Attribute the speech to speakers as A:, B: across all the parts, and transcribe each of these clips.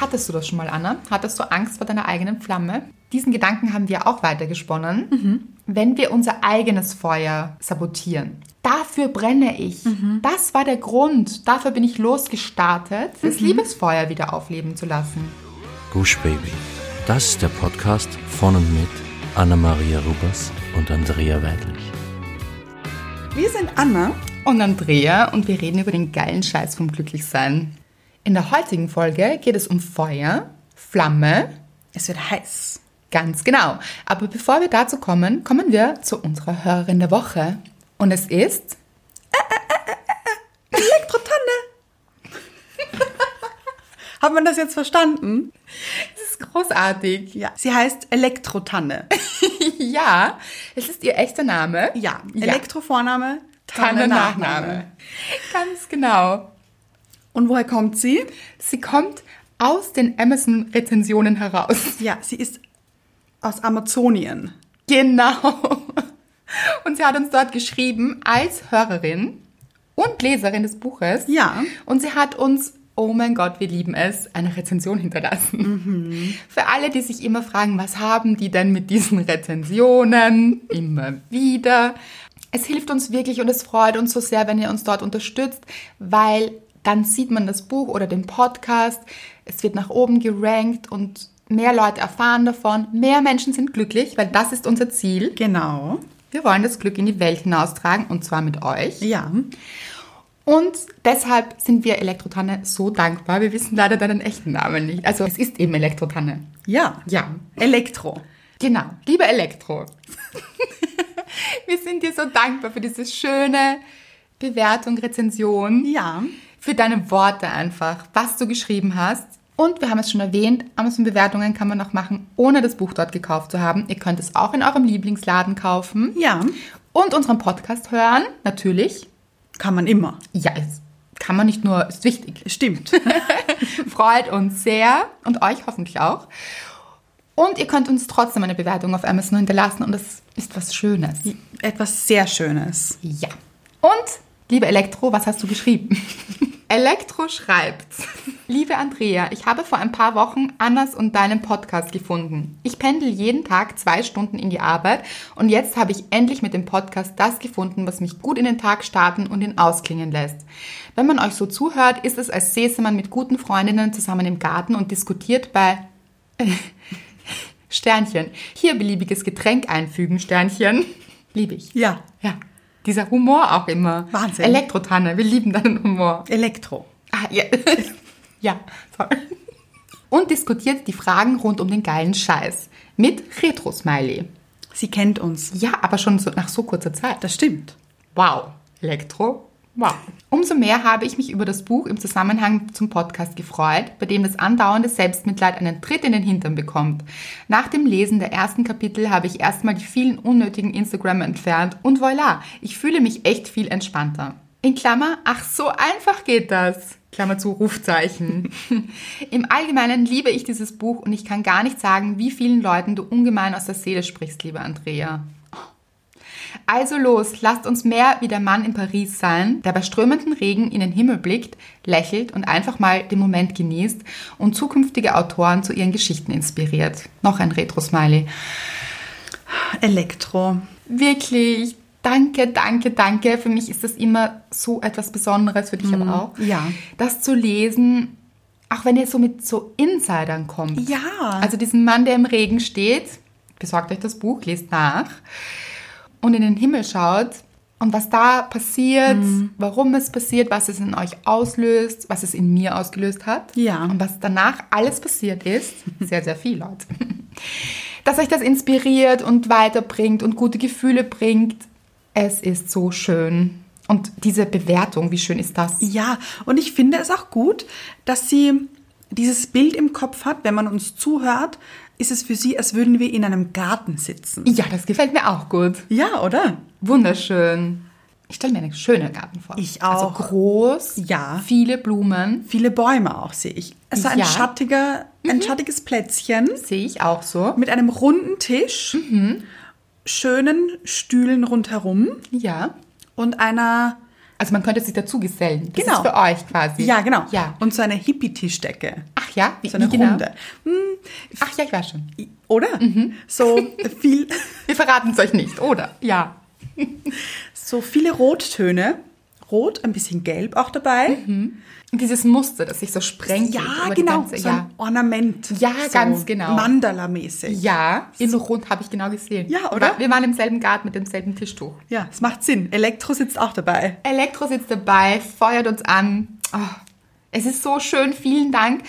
A: Hattest du das schon mal, Anna? Hattest du Angst vor deiner eigenen Flamme? Diesen Gedanken haben wir auch weitergesponnen. Wenn wir unser eigenes Feuer sabotieren, dafür brenne ich. Das war der Grund. Dafür bin ich losgestartet, das Liebesfeuer wieder aufleben zu lassen.
B: Gush Baby. Das ist der Podcast von und mit Anna-Maria Rubers und Andrea Weidlich.
C: Wir sind Anna.
A: und Andrea und wir reden über den geilen Scheiß vom Glücklichsein. In der heutigen Folge geht es um Feuer, Flamme,
C: Es wird heiß.
A: ganz genau. Aber bevor wir dazu kommen, kommen wir zu unserer Hörerin der Woche. Und es ist
C: Hat man das jetzt verstanden?
A: es ist großartig.
C: Ja. Sie heißt Elektrotanne.
A: Ja, es ist ihr echter Name.
C: Ja.
A: ja.
C: Elektrovorname, Tanne
A: Tanne
C: Nachname.
A: Nachname. Ganz genau.
C: Und woher kommt sie?
A: Sie kommt aus den Amazon-Rezensionen heraus.
C: Ja, sie ist aus Amazonien.
A: Genau. Und sie hat uns dort geschrieben als Hörerin und Leserin des Buches.
C: Ja.
A: Und sie hat uns, oh mein Gott, wir lieben es, eine Rezension hinterlassen. Für alle, die sich immer fragen, was haben die denn mit diesen Rezensionen? Immer wieder. Es hilft uns wirklich und es freut uns so sehr, wenn ihr uns dort unterstützt, weil dann sieht man das Buch oder den Podcast. Es wird nach oben gerankt und mehr Leute erfahren davon. Mehr Menschen sind glücklich, weil das ist unser Ziel.
C: Genau.
A: Wir wollen das Glück in die Welt hinaustragen und zwar mit euch.
C: Ja.
A: Und deshalb sind wir Elektrotanne so dankbar. Wir wissen leider deinen echten Namen nicht. Also es ist eben Elektrotanne.
C: Ja.
A: Ja,
C: Elektro.
A: genau. Liebe Elektro. wir sind dir so dankbar für diese schöne Bewertung, Rezension.
C: Ja.
A: Für deine Worte einfach, was du geschrieben hast. Und wir haben es schon erwähnt, Amazon-Bewertungen kann man noch machen, ohne das Buch dort gekauft zu haben. Ihr könnt es auch in eurem Lieblingsladen kaufen.
C: Ja.
A: Und unseren Podcast hören, natürlich.
C: Kann man immer.
A: Ja, es kann man nicht nur, ist wichtig.
C: Stimmt.
A: Freut uns sehr und euch hoffentlich auch. Und ihr könnt uns trotzdem eine Bewertung auf Amazon hinterlassen und das ist was Schönes.
C: Etwas sehr Schönes.
A: Ja. Und, liebe Elektro, was hast du geschrieben? Elektro schreibt, liebe Andrea, ich habe vor ein paar Wochen Annas und deinen Podcast gefunden. Ich pendel jeden Tag zwei Stunden in die Arbeit und jetzt habe ich endlich mit dem Podcast das gefunden, was mich gut in den Tag starten und ihn ausklingen lässt. Wenn man euch so zuhört, ist es, als säße man mit guten Freundinnen zusammen im Garten und diskutiert bei Sternchen. Hier beliebiges Getränk einfügen, Sternchen. Liebe ich.
C: Ja.
A: Ja, dieser Humor auch immer.
C: Wahnsinn.
A: Elektrotanne, wir lieben deinen Humor.
C: Elektro.
A: Ah, ja. ja, sorry. Und diskutiert die Fragen rund um den geilen Scheiß mit Retro-Smiley.
C: Sie kennt uns.
A: Ja, aber schon so, nach so kurzer Zeit.
C: Das stimmt.
A: Wow, Elektro. Wow. Umso mehr habe ich mich über das Buch im Zusammenhang zum Podcast gefreut, bei dem das andauernde Selbstmitleid einen Tritt in den Hintern bekommt. Nach dem Lesen der ersten Kapitel habe ich erstmal die vielen unnötigen Instagram entfernt und voilà, ich fühle mich echt viel entspannter. In Klammer, ach so einfach geht das. Klammer zu Rufzeichen. Im Allgemeinen liebe ich dieses Buch und ich kann gar nicht sagen, wie vielen Leuten du ungemein aus der Seele sprichst, liebe Andrea. Also los, lasst uns mehr wie der Mann in Paris sein, der bei strömendem Regen in den Himmel blickt, lächelt und einfach mal den Moment genießt und zukünftige Autoren zu ihren Geschichten inspiriert. Noch ein Retro-Smiley.
C: Elektro.
A: Wirklich, danke, danke, danke. Für mich ist das immer so etwas Besonderes, für dich aber auch.
C: Mhm. ja.
A: Das zu lesen, auch wenn ihr so mit so Insidern kommt.
C: Ja.
A: Also diesen Mann, der im Regen steht, besorgt euch das Buch, lest nach und in den Himmel schaut und was da passiert,
C: Mhm.
A: warum es passiert, was es in euch auslöst, was es in mir ausgelöst hat
C: Ja.
A: und was danach alles passiert ist, sehr, sehr viel, Leute. Dass euch das inspiriert und weiterbringt und gute Gefühle bringt, es ist so schön. Und diese Bewertung, wie schön ist das?
C: Ja, und ich finde es auch gut, dass sie dieses Bild im Kopf hat, wenn man uns zuhört, ist es für sie, als würden wir in einem Garten sitzen.
A: Ja, das gefällt mir auch gut.
C: Ja, oder?
A: Wunderschön. Ich stelle mir einen schönen Garten vor.
C: Ich
A: Also
C: auch.
A: groß,
C: Ja.
A: viele Blumen.
C: Viele Bäume auch sehe ich. Also ein
A: Ja. Mhm.
C: schattiger, ein schattiges Plätzchen
A: Sehe ich auch so.
C: mit einem runden Tisch,
A: Mhm.
C: schönen Stühlen rundherum
A: Ja.
C: und einer
A: Also man könnte sich dazu gesellen. Das
C: Genau.
A: ist für euch quasi.
C: Ja, genau.
A: Ja.
C: Und so eine Hippie-Tischdecke.
A: Ach ja? Wie,
C: so eine
A: wie genau?
C: Runde. Hm,
A: Ach ja, ich weiß schon.
C: oder?
A: Mhm.
C: So, viel,
A: Wir verraten es euch nicht, oder? Ja.
C: so viele Rottöne. Rot, ein bisschen gelb auch dabei.
A: Mhm, Und dieses Muster, das sich so sprengt.
C: Ja, genau.
A: Ganze,
C: so
A: ja.
C: ein Ornament.
A: Ja,
C: so
A: ganz genau.
C: Mandala-mäßig.
A: ja, in Rot habe ich genau gesehen.
C: Ja, oder?
A: Wir waren im selben Garten mit demselben Tischtuch.
C: Ja, es macht Sinn. Elektro sitzt auch dabei.
A: Elektro sitzt dabei, feuert uns an. Oh, es ist so schön, vielen Dank.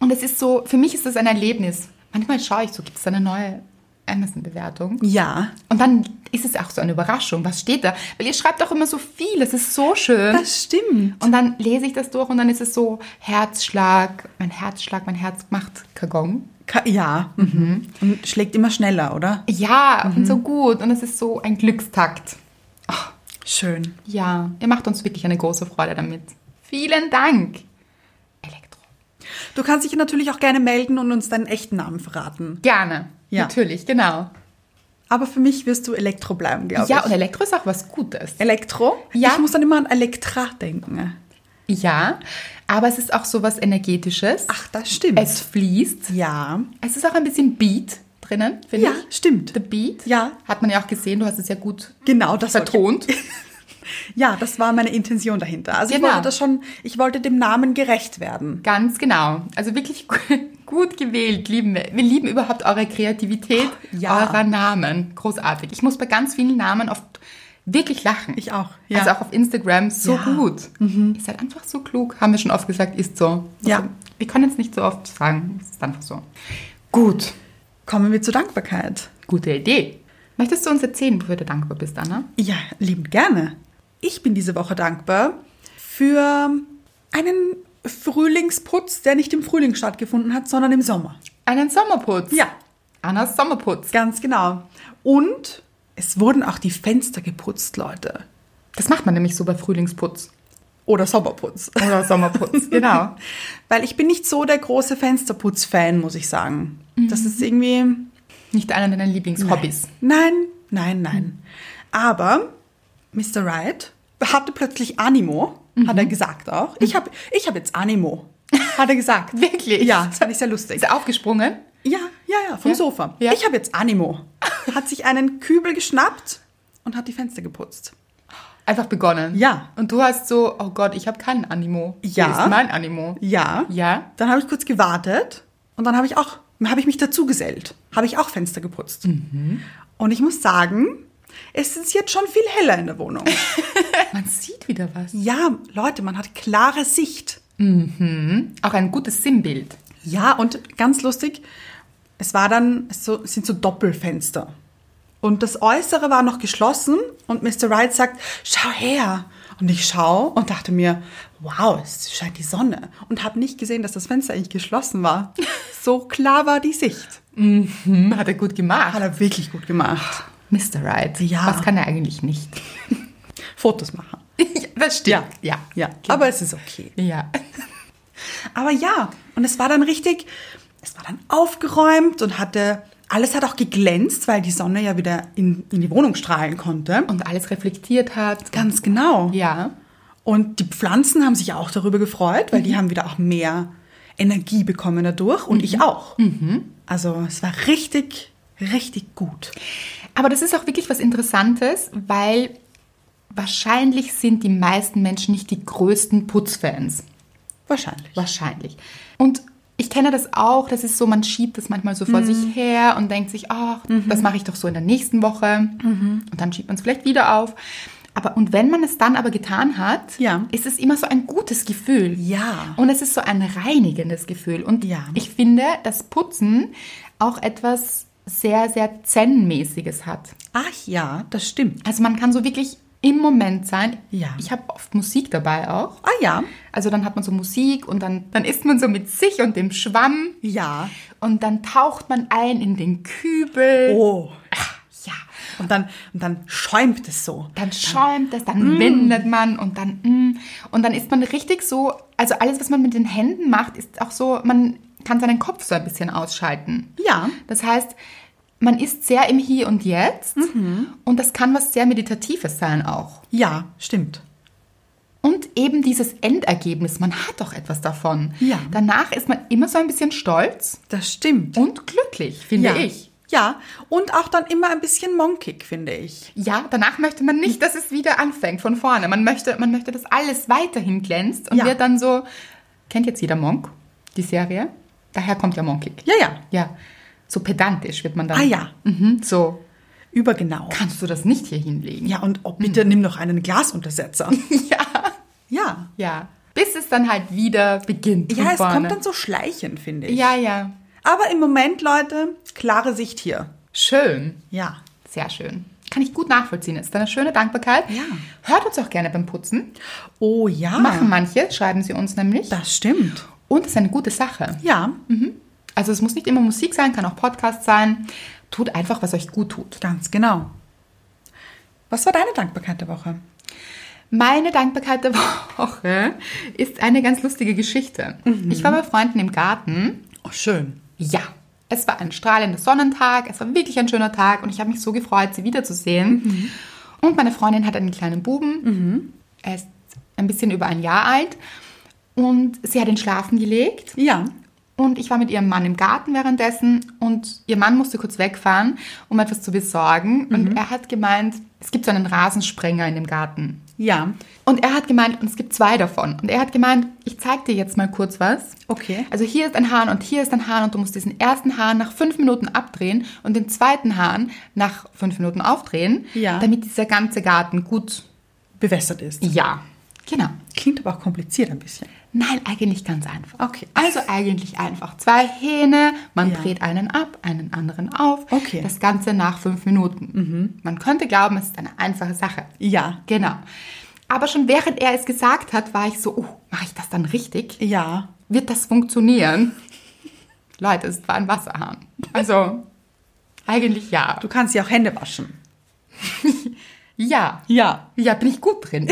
A: Und es ist so, für mich ist es ein Erlebnis. Manchmal schaue ich so, gibt es da eine neue Amazon-Bewertung?
C: Ja,
A: Und dann ist es auch so eine Überraschung. Was steht da? Weil ihr schreibt auch immer so viel, es ist so schön.
C: das stimmt.
A: Und dann lese ich das durch und dann ist es so Herzschlag, mein Herzschlag, mein Herz macht Kagong.
C: Ka ja, mhm. und schlägt immer schneller, oder?
A: Ja,
C: Mhm.
A: und so gut. Und es ist so ein Glückstakt.
C: Schön.
A: Ja, ihr macht uns wirklich eine große Freude damit. Vielen Dank. Elektro.
C: Du kannst dich natürlich auch gerne melden und uns deinen echten Namen verraten.
A: Gerne.
C: Ja.
A: Natürlich, genau.
C: Aber für mich wirst du Elektro bleiben, glaube
A: Ja,
C: ich.
A: und Elektro ist auch was Gutes.
C: Elektro?
A: Ja.
C: Ich muss dann immer an Elektra denken.
A: Ja, aber es ist auch so was Energetisches.
C: Ach, das stimmt.
A: Es fließt.
C: ja.
A: Es ist auch ein bisschen Beat drinnen, finde
C: Ja,
A: ich.
C: stimmt.
A: The Beat.
C: Ja.
A: Hat man ja auch gesehen, du hast es ja gut
C: Genau, das wollte-
A: vertont.
C: Ja, das war meine Intention dahinter. Also
A: Genau.
C: ich wollte das schon, ich wollte dem Namen gerecht werden.
A: Ganz genau. Also wirklich gu- gut gewählt, lieben wir. Wir lieben überhaupt eure Kreativität,
C: Ja.
A: eurer Namen. Großartig. Ich muss bei ganz vielen Namen oft wirklich lachen.
C: Ich auch, ja.
A: Also auch auf Instagram so
C: Ja. Mhm.
A: gut. Ihr seid einfach so klug, haben wir schon oft gesagt, ist so.
C: Ja.
A: Also, wir können es nicht so oft sagen, es ist einfach so. Gut.
C: Kommen wir zur Dankbarkeit.
A: Gute Idee. Möchtest du uns erzählen, wofür du dankbar bist, Anna?
C: Ja, liebend gerne. Ich bin diese Woche dankbar für einen Frühlingsputz, der nicht im Frühling stattgefunden hat, sondern im Sommer.
A: Einen Sommerputz.
C: Ja.
A: Annas Sommerputz.
C: Ganz genau. Und es wurden auch die Fenster geputzt, Leute.
A: Das macht man nämlich so bei Frühlingsputz.
C: Oder Sommerputz.
A: Oder Sommerputz, genau.
C: Weil ich bin nicht so der große Fensterputz-Fan, muss ich sagen. Das
A: Mhm.
C: ist irgendwie,
A: Nicht einer deiner Lieblingshobbys.
C: Nein, nein, nein. Aber Mr. Right hatte plötzlich Animo, hat
A: Mhm.
C: er gesagt auch. Ich habe ich hab jetzt Animo, hat er gesagt.
A: Wirklich?
C: Ja, das fand ich sehr lustig.
A: Ist er aufgesprungen?
C: Ja, ja, ja, vom
A: Ja?
C: Sofa.
A: Ja.
C: Ich habe jetzt Animo. Hat sich einen Kübel geschnappt und hat die Fenster geputzt.
A: Einfach begonnen.
C: Ja.
A: Und du hast so, oh Gott, ich habe keinen Animo.
C: Ja.
A: Hier ist mein Animo.
C: Ja.
A: Ja.
C: Dann habe ich kurz gewartet und dann habe ich auch, habe ich mich dazugesellt. Habe ich auch Fenster geputzt.
A: Mhm.
C: Und ich muss sagen, es ist jetzt schon viel heller in der Wohnung.
A: Man sieht wieder was.
C: Ja, Leute, man hat klare Sicht.
A: Auch ein gutes Sinnbild.
C: Ja, und ganz lustig, es war dann es so, es sind so Doppelfenster. Und das Äußere war noch geschlossen und Mr. Wright sagt, schau her. Und ich schaue und dachte mir, wow, es scheint die Sonne. Und habe nicht gesehen, dass das Fenster eigentlich geschlossen war. So klar war die Sicht.
A: Hm, hat er gut gemacht.
C: Hat er wirklich gut gemacht.
A: Mr. Right.
C: Ja.
A: Was kann er eigentlich nicht?
C: Fotos machen.
A: ja, das stimmt.
C: ja, ja.
A: Genau.
C: Aber es ist okay.
A: ja.
C: Aber ja, und es war dann richtig, es war dann aufgeräumt und hatte, alles hat auch geglänzt, weil die Sonne ja wieder in, in die Wohnung strahlen konnte.
A: Und alles reflektiert hat.
C: Ganz genau.
A: Ja.
C: Und die Pflanzen haben sich auch darüber gefreut, weil
A: Mhm.
C: die haben wieder auch mehr Energie bekommen dadurch und
A: Mhm.
C: ich auch. Also es war richtig, richtig gut.
A: Aber das ist auch wirklich was Interessantes, weil wahrscheinlich sind die meisten Menschen nicht die größten Putzfans.
C: Wahrscheinlich.
A: Wahrscheinlich. Und ich kenne das auch, das ist so, man schiebt das manchmal so vor
C: Mhm.
A: sich her und denkt sich, ach, das mache ich doch so in der nächsten Woche.
C: Mhm.
A: Und dann schiebt man es vielleicht wieder auf. Aber und wenn man es dann aber getan hat,
C: Ja.
A: ist es immer so ein gutes Gefühl.
C: Ja.
A: Und es ist so ein reinigendes Gefühl. Und
C: Ja.
A: ich finde, dass Putzen auch etwas sehr, sehr Zen-mäßiges hat.
C: Ach ja, das stimmt.
A: Also man kann so wirklich im Moment sein.
C: Ja.
A: Ich habe oft Musik dabei auch.
C: Ah ja.
A: Also dann hat man so Musik und dann, dann ist man so mit sich und dem Schwamm
C: Ja.
A: und dann taucht man ein in den Kübel.
C: Oh.
A: Ja.
C: Und dann, und dann schäumt es so.
A: Dann schäumt es,
C: Mm.
A: dann windet man und dann mm. und dann ist man richtig so, also alles, was man mit den Händen macht, ist auch so, man kann seinen Kopf so ein bisschen ausschalten.
C: Ja.
A: Das heißt, man ist sehr im Hier und Jetzt
C: Mhm.
A: und das kann was sehr Meditatives sein auch.
C: Ja, stimmt.
A: Und eben dieses Endergebnis. Man hat doch etwas davon.
C: Ja.
A: Danach ist man immer so ein bisschen stolz
C: Das stimmt.
A: und glücklich, finde
C: ja.
A: ich.
C: Ja, und auch dann immer ein bisschen monkig, finde ich.
A: Ja, danach möchte man
C: Hm.
A: nicht, dass es wieder anfängt von vorne. Man möchte, man möchte, dass alles weiterhin glänzt und
C: Ja.
A: wird dann so. Kennt jetzt jeder Monk, die Serie? Daher kommt ja Monkig.
C: Ja, ja.
A: Ja. So pedantisch wird man dann.
C: Ah ja,
A: Mhm, so,
C: übergenau.
A: kannst du das nicht hier hinlegen?
C: Ja, und oh, bitte nimm noch einen Glasuntersetzer.
A: Ja.
C: ja.
A: Ja. Bis es dann halt wieder beginnt.
C: Ja,
A: von
C: es
A: vorne.
C: kommt dann so schleichend, finde ich.
A: Ja, ja.
C: Aber im Moment, Leute, klare Sicht hier.
A: Schön.
C: Ja.
A: Sehr schön. Kann ich gut nachvollziehen. Ist eine schöne Dankbarkeit.
C: Ja.
A: Hört uns auch gerne beim Putzen.
C: Oh ja.
A: Machen manche, schreiben sie uns nämlich.
C: Das stimmt.
A: Und es ist eine gute Sache.
C: Ja,
A: Also es muss nicht immer Musik sein, kann auch Podcast sein. Tut einfach, was euch gut tut.
C: ganz genau. Was war deine Dankbarkeit der Woche?
A: Meine Dankbarkeit der Woche ist eine ganz lustige Geschichte. Ich war bei Freunden im Garten.
C: Oh, schön.
A: Ja, es war ein strahlender Sonnentag. Es war wirklich ein schöner Tag und ich habe mich so gefreut, sie wiederzusehen. Und meine Freundin hat einen kleinen Buben. Er ist ein bisschen über ein Jahr alt. Und sie hat ihn schlafen gelegt.
C: Ja.
A: Und ich war mit ihrem Mann im Garten währenddessen und ihr Mann musste kurz wegfahren, um etwas zu besorgen.
C: Mhm.
A: Und er hat gemeint, es gibt so einen Rasensprenger in dem Garten.
C: Ja.
A: Und er hat gemeint, und es gibt zwei davon. Und er hat gemeint, ich zeig dir jetzt mal kurz was.
C: Okay.
A: Also hier ist ein Hahn und hier ist ein Hahn und du musst diesen ersten Hahn nach fünf Minuten abdrehen und den zweiten Hahn nach fünf Minuten aufdrehen,
C: Ja.
A: damit dieser ganze Garten gut,
C: Bewässert ist.
A: ja, genau.
C: Klingt aber auch kompliziert ein bisschen.
A: Nein, eigentlich ganz einfach.
C: Okay.
A: Also eigentlich einfach. Zwei Hähne, man
C: Ja.
A: dreht einen ab, einen anderen auf.
C: Okay. Mhm.
A: Das Ganze nach fünf Minuten. Man könnte glauben, es ist eine einfache Sache.
C: Ja.
A: Genau. Aber schon während er es gesagt hat, war ich so, oh, mache ich das dann richtig?
C: Ja.
A: Wird das funktionieren? Leute, es war ein Wasserhahn. Also, eigentlich ja.
C: Du kannst ja auch Hände waschen.
A: Ja.
C: Ja.
A: Ja, bin ich gut drin.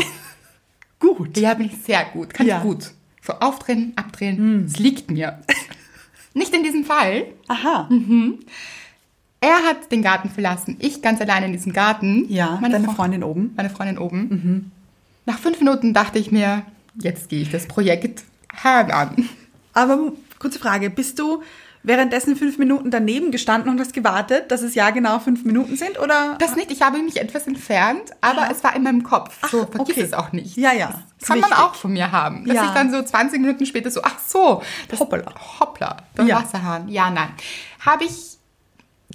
C: Gut.
A: Ja, bin ich sehr gut. Kann
C: Ja. Mhm.
A: ich gut. So aufdrehen, abdrehen. Es liegt mir. Nicht in diesem Fall.
C: Aha.
A: Er hat den Garten verlassen. Ich ganz allein in diesem Garten.
C: Ja. deine
A: Fre-
C: Freundin oben. Mhm.
A: Meine Freundin oben. Nach fünf Minuten dachte ich mir, jetzt gehe ich das Projekt Hahn an.
C: Aber kurze Frage. Bist du währenddessen fünf Minuten daneben gestanden und hast gewartet, dass es ja genau fünf Minuten sind? Oder?
A: Das nicht, ich habe mich etwas entfernt, aber es war in meinem Kopf. So, vergiss
C: okay.
A: es auch nicht.
C: Ja, ja.
A: Das kann
C: Wichtig.
A: man auch von mir haben. Dass
C: Ja.
A: ich dann so 20 Minuten später so, ach so, das,
C: Hoppala.
A: Hoppla, der
C: Ja.
A: Wasserhahn. Ja, nein. Habe ich,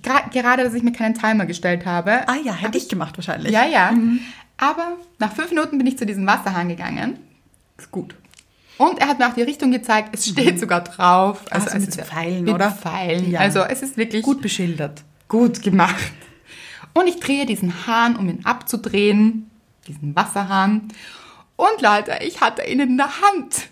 A: gra- gerade dass ich mir keinen Timer gestellt habe,
C: Ah ja, hätte ich gemacht wahrscheinlich. Hm,
A: Ja, ja.
C: Mhm.
A: Aber nach fünf Minuten bin ich zu diesem Wasserhahn gegangen. Ist gut. Und er hat mir auch die Richtung gezeigt. Es steht sogar drauf.
C: Also mit Mhm. so Pfeilen,
A: mit
C: oder?
A: Pfeilen.
C: Ja.
A: Also es ist wirklich
C: Gut beschildert.
A: gut gemacht. Und ich drehe diesen Hahn, um ihn abzudrehen. Diesen Wasserhahn. Und Leute, ich hatte ihn in der Hand.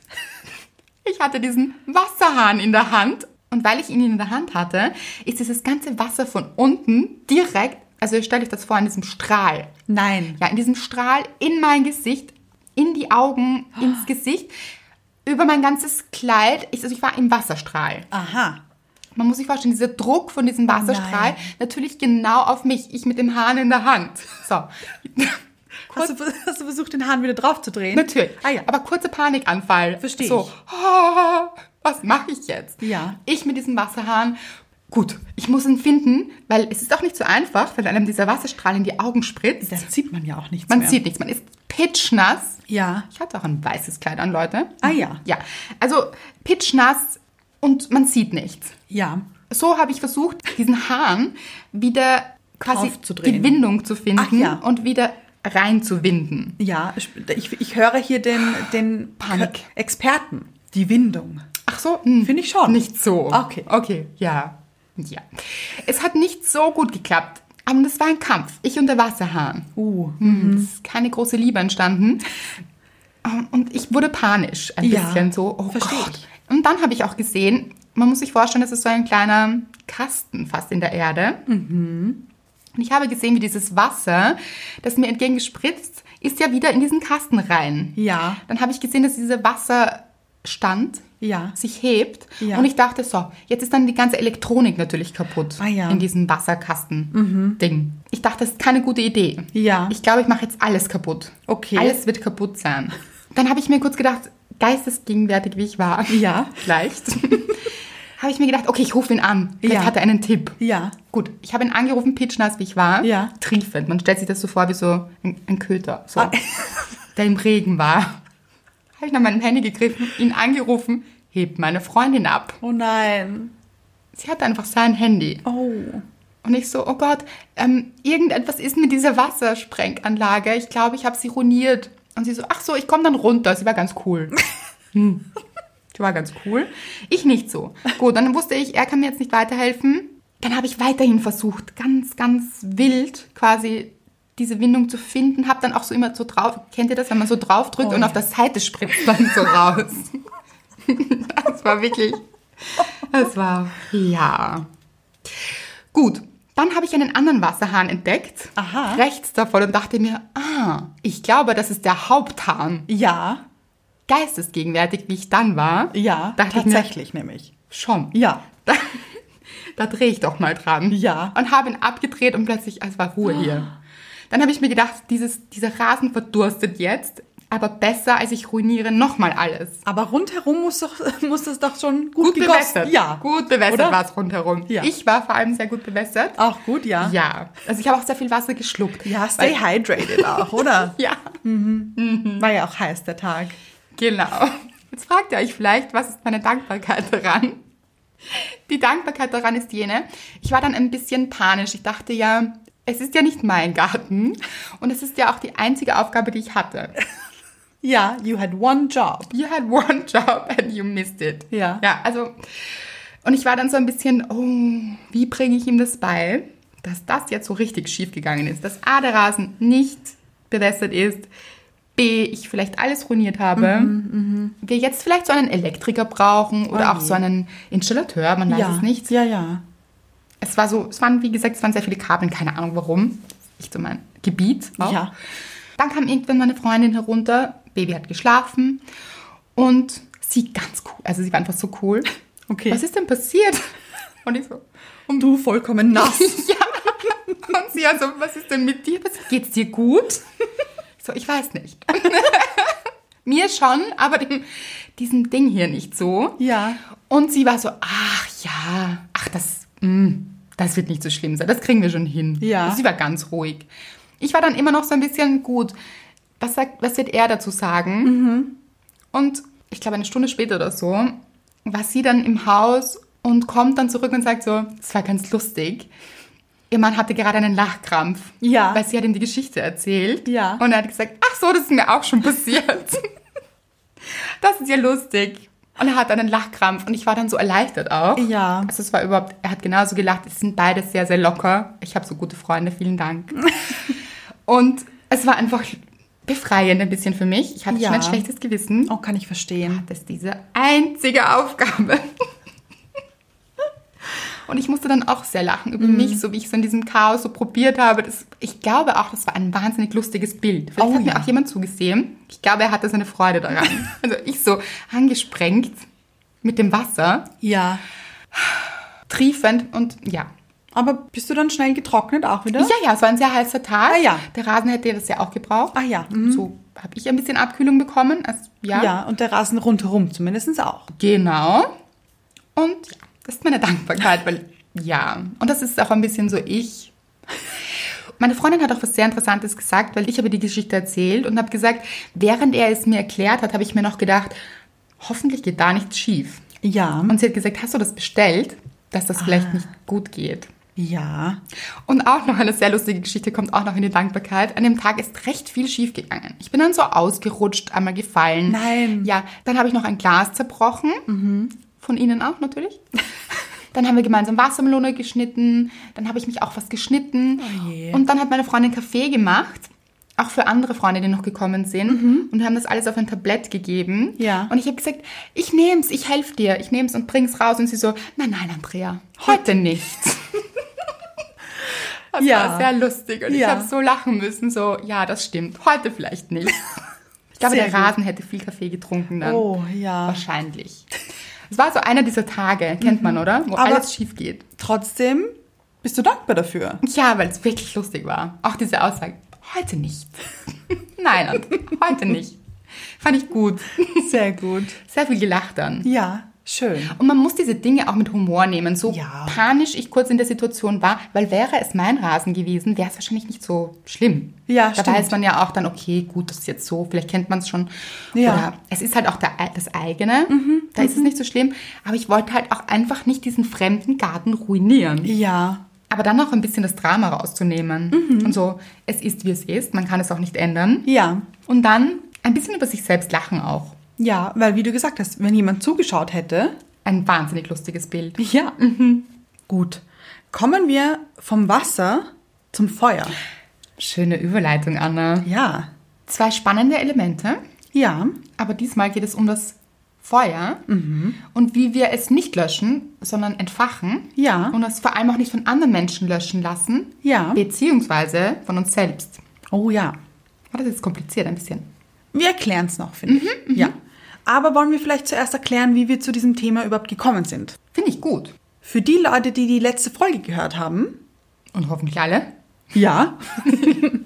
A: Ich hatte diesen Wasserhahn in der Hand. Und weil ich ihn in der Hand hatte, ist dieses ganze Wasser von unten direkt, also stellt euch das vor, in diesem Strahl
C: Nein.
A: ja, in diesem Strahl in mein Gesicht, in die Augen, ins Gesicht, über mein ganzes Kleid. Ich, also ich war im Wasserstrahl.
C: Aha.
A: Man muss sich vorstellen, dieser Druck von diesem Wasserstrahl
C: Oh Nein.
A: natürlich genau auf mich. Ich mit dem Hahn in der Hand. So,
C: Hast du, hast du versucht, den Hahn wieder drauf zu drehen?
A: natürlich.
C: Ah ja.
A: Aber kurzer Panikanfall.
C: Versteh
A: So, ah, was mache ich jetzt?
C: Ja.
A: Ich mit diesem Wasserhahn. Gut, ich muss ihn finden, weil es ist auch nicht so einfach, wenn einem dieser Wasserstrahl in die Augen spritzt.
C: Dann sieht man ja auch nichts
A: Man
C: mehr.
A: sieht nichts, man ist pitchnass.
C: Ja.
A: Ich hatte auch ein weißes Kleid an, Leute.
C: Ah ja.
A: Ja, also pitchnass und man sieht nichts.
C: Ja.
A: So habe ich versucht, diesen Hahn wieder quasi
C: Aufzudrehen.
A: die Windung zu finden
C: Ach ja.
A: und wieder reinzuwinden.
C: Ja, ich, ich höre hier den, den
A: Panik.
C: Experten. Die Windung.
A: Ach so, hm,
C: Finde ich schon.
A: Nicht so.
C: Okay.
A: Okay, ja. Ja. Es hat nicht so gut geklappt, aber das war ein Kampf. Ich und der Wasserhahn.
C: Uh.
A: Hm, Es ist keine große Liebe entstanden. Ähm, Und ich wurde panisch ein
C: Ja,
A: bisschen so. Oh
C: versteh
A: Gott.
C: ich.
A: Und dann habe ich auch gesehen, man muss sich vorstellen, das ist so ein kleiner Kasten fast in der Erde.
C: Mhm.
A: Und ich habe gesehen, wie dieses Wasser, das mir entgegengespritzt, ist ja wieder in diesen Kasten rein.
C: Ja.
A: Dann habe ich gesehen, dass dieser Wasserstand
C: Ja.
A: sich hebt.
C: Ja.
A: Und ich dachte, so, jetzt ist dann die ganze Elektronik natürlich kaputt
C: Ah ja. Mhm.
A: in diesem Wasserkasten-Ding. Ich dachte, das ist keine gute Idee.
C: Ja.
A: Ich glaube, ich mache jetzt alles kaputt.
C: Okay.
A: Alles wird kaputt sein. Dann habe ich mir kurz gedacht, geistesgegenwärtig wie ich war.
C: Ja.
A: Leicht. habe ich mir gedacht, okay, ich rufe ihn an. Vielleicht
C: Ja.
A: hat er einen Tipp.
C: Ja.
A: Gut, ich habe ihn angerufen, pitschnass wie ich war.
C: Ja.
A: Triefend. Man stellt sich das so vor wie so ein, ein Köter, so,
C: Ah.
A: der im Regen war. Habe ich nach meinem Handy gegriffen, ihn angerufen, hebt meine Freundin ab.
C: Oh nein.
A: Sie hatte einfach sein Handy.
C: Oh.
A: Und ich so, oh Gott, ähm, irgendetwas ist mit dieser Wassersprenganlage. Ich glaube, ich habe sie ruiniert. Und sie so, ach so, ich komme dann runter. Sie war ganz cool. hm. Sie war ganz cool. Ich nicht so. Gut, dann wusste ich, er kann mir jetzt nicht weiterhelfen. Dann habe ich weiterhin versucht, ganz, ganz wild quasi diese Windung zu finden. Habe dann auch so immer so drauf, kennt ihr das, wenn man so drauf drückt
C: Oh
A: und
C: ja.
A: auf der Seite spritzt dann so raus. das war wirklich, das war, ja. Gut, dann habe ich einen anderen Wasserhahn entdeckt,
C: Aha.
A: rechts davon und dachte mir, ah, ich glaube, das ist der Haupthahn.
C: Ja.
A: Geistesgegenwärtig, wie ich dann war.
C: Ja.
A: dachte Ich mir,
C: tatsächlich nämlich.
A: schon.
C: Ja.
A: Da, da drehe ich doch mal dran.
C: Ja.
A: Und habe ihn abgedreht und plötzlich, es war Ruhe hier. Dann habe ich mir gedacht, dieses, dieser Rasen verdurstet jetzt, aber besser, als ich ruiniere nochmal alles.
C: Aber rundherum muss, doch, muss das doch schon gut,
A: Gut
C: gegossen.
A: bewässert.
C: Ja.
A: Gut bewässert
C: Oder?
A: war es rundherum.
C: Ja.
A: Ich war vor allem sehr gut bewässert.
C: Auch gut, ja.
A: Ja, also ich habe auch sehr viel Wasser geschluckt.
C: Ja, stay
A: Weil-
C: hydrated auch, oder?
A: Ja,
C: War ja auch heiß der Tag.
A: genau. Jetzt fragt ihr euch vielleicht, was ist meine Dankbarkeit daran? Die Dankbarkeit daran ist jene, ich war dann ein bisschen panisch. Ich dachte ja, es ist ja nicht mein Garten und es ist ja auch die einzige Aufgabe, die ich hatte.
C: Ja, you had one job.
A: You had one job and you missed it.
C: Ja.
A: Ja, also, und ich war dann so ein bisschen, oh, wie bringe ich ihm das bei, dass das jetzt so richtig schief gegangen ist, dass A, der Rasen nicht bewässert ist, B, ich vielleicht alles ruiniert habe, wir jetzt vielleicht so einen Elektriker brauchen oder
C: Mhm, Oh
A: auch
C: je.
A: so einen Installateur, man weiß
C: ja.
A: es nicht.
C: Ja, ja.
A: Es war so, es waren, wie gesagt, es waren sehr viele Kabeln, keine Ahnung warum. Ich so mein Gebiet auch.
C: Ja.
A: Dann kam irgendwann meine Freundin herunter, Baby hat geschlafen und sie ganz cool, also sie war einfach so cool.
C: Okay.
A: Was ist denn passiert? Und ich so,
C: Und du vollkommen nass.
A: und sie also, was ist denn mit dir? Was, geht's dir gut? Ich so, ich weiß nicht. Mir schon, aber dem, diesem Ding hier nicht so.
C: Ja.
A: Und sie war so, ach ja, ach das, mh, das wird nicht so schlimm sein, das kriegen wir schon hin.
C: Ja.
A: Sie war ganz ruhig. Ich war dann immer noch so ein bisschen gut. Was, sagt, was wird er dazu sagen? Und ich glaube, eine Stunde später oder so war sie dann im Haus und kommt dann zurück und sagt so, es war ganz lustig. Ihr Mann hatte gerade einen Lachkrampf.
C: Ja.
A: Weil sie hat ihm die Geschichte erzählt.
C: Ja.
A: Und er hat gesagt, ach so, das ist mir auch schon passiert. das ist ja lustig. Und er hat einen Lachkrampf und ich war dann so erleichtert auch.
C: Ja.
A: Also es war überhaupt, er hat genauso gelacht. Es sind beide sehr, sehr locker. Ich habe so gute Freunde, vielen Dank. und es war einfach befreiend ein bisschen für mich. Ich hatte
C: Ja.
A: schon ein schlechtes Gewissen.
C: Oh, kann ich verstehen.
A: Das ist diese einzige Aufgabe. Und ich musste dann auch sehr lachen über
C: Mhm.
A: mich, so wie ich so in diesem Chaos so probiert habe. Das, ich glaube auch, das war ein wahnsinnig lustiges Bild. Vielleicht
C: Oh
A: hat mir
C: ja.
A: auch jemand zugesehen. Ich glaube, er hatte seine Freude daran. also ich so angesprengt mit dem Wasser,
C: Ja.
A: triefend und ja.
C: Aber bist du dann schnell getrocknet auch wieder?
A: Ja, ja, es war ein sehr heißer Tag.
C: Ah, ja.
A: Der Rasen hätte das ja auch gebraucht.
C: Ah, ja, mhm.
A: So habe ich ein bisschen Abkühlung bekommen. Also, ja.
C: Ja, und der Rasen rundherum zumindest auch.
A: Genau. Und ja, das ist meine Dankbarkeit, weil ja, und das ist auch ein bisschen so ich. Meine Freundin hat auch was sehr Interessantes gesagt, weil ich habe die Geschichte erzählt und habe gesagt, während er es mir erklärt hat, habe ich mir noch gedacht, hoffentlich geht da nichts schief.
C: Ja.
A: Und sie hat gesagt, hast du das bestellt, dass das vielleicht nicht gut geht?
C: Ja.
A: Und auch noch eine sehr lustige Geschichte kommt auch noch in die Dankbarkeit. An dem Tag ist recht viel schief gegangen. Ich bin dann so ausgerutscht, einmal gefallen.
C: Nein.
A: Ja, dann habe ich noch ein Glas zerbrochen. Von Ihnen auch natürlich. Dann haben wir gemeinsam Wassermelone geschnitten. Dann habe ich mich auch was geschnitten.
C: Oh je.
A: Und dann hat meine Freundin Kaffee gemacht. Auch für andere Freunde, die noch gekommen sind. Und haben das alles auf ein Tablett gegeben.
C: Mhm. Ja.
A: Und ich habe gesagt, ich nehm's, ich helfe dir. Ich nehm's und bring's raus. Und sie so, nein, nein, Andrea, heute nicht. Das
C: Ja.
A: war sehr lustig und ich
C: Ja.
A: habe so lachen müssen, so, ja, das stimmt, heute vielleicht nicht. Ich glaube,
C: Sehr
A: der
C: gut.
A: Rasen hätte viel Kaffee getrunken dann.
C: Oh, ja.
A: Wahrscheinlich. Es war so einer dieser Tage, kennt man, oder? Wo
C: Mhm. Aber-
A: alles schief geht.
C: Trotzdem bist du dankbar dafür.
A: Ja, weil es wirklich lustig war. Auch diese Aussage, heute nicht. Nein, Andrea, heute nicht. Fand ich gut.
C: Sehr gut.
A: Sehr viel gelacht dann.
C: Ja, schön.
A: Und man muss diese Dinge auch mit Humor nehmen. So
C: Ja.
A: panisch ich kurz in der Situation war, weil wäre es mein Rasen gewesen, wäre es wahrscheinlich nicht so schlimm.
C: Ja,
A: da
C: stimmt.
A: weiß man ja auch dann, okay, gut, das ist jetzt so, vielleicht kennt man es schon.
C: Ja. Mhm,
A: Oder es ist halt auch der, ei- das eigene, da ist es nicht so schlimm. Aber ich wollte halt auch einfach nicht diesen fremden Garten ruinieren.
C: Ja,
A: Aber dann auch ein bisschen das Drama rauszunehmen. Und so, es ist, wie es ist, man kann es auch nicht ändern.
C: Mhm. ja,
A: Und dann ein bisschen über sich selbst lachen auch.
C: ja, weil wie du gesagt hast, wenn jemand zugeschaut hätte,
A: Ein wahnsinnig lustiges Bild.
C: ja, mhm. gut. Kommen wir vom Wasser zum Feuer.
A: Schöne Überleitung, Anna.
C: Ja,
A: Zwei spannende Elemente,
C: ja,
A: aber diesmal geht es um das Feuer und wie wir es nicht löschen, sondern entfachen
C: Ja.
A: und es vor allem auch nicht von anderen Menschen löschen lassen,
C: Ja.
A: beziehungsweise von uns selbst.
C: oh ja.
A: War das ist jetzt kompliziert ein bisschen?
C: Wir erklären es noch, finde ich. Ja. Aber wollen wir vielleicht zuerst erklären, wie wir zu diesem Thema überhaupt gekommen sind?
A: Finde ich gut.
C: Für die Leute, die die letzte Folge gehört haben,
A: Und hoffentlich alle.
C: ja,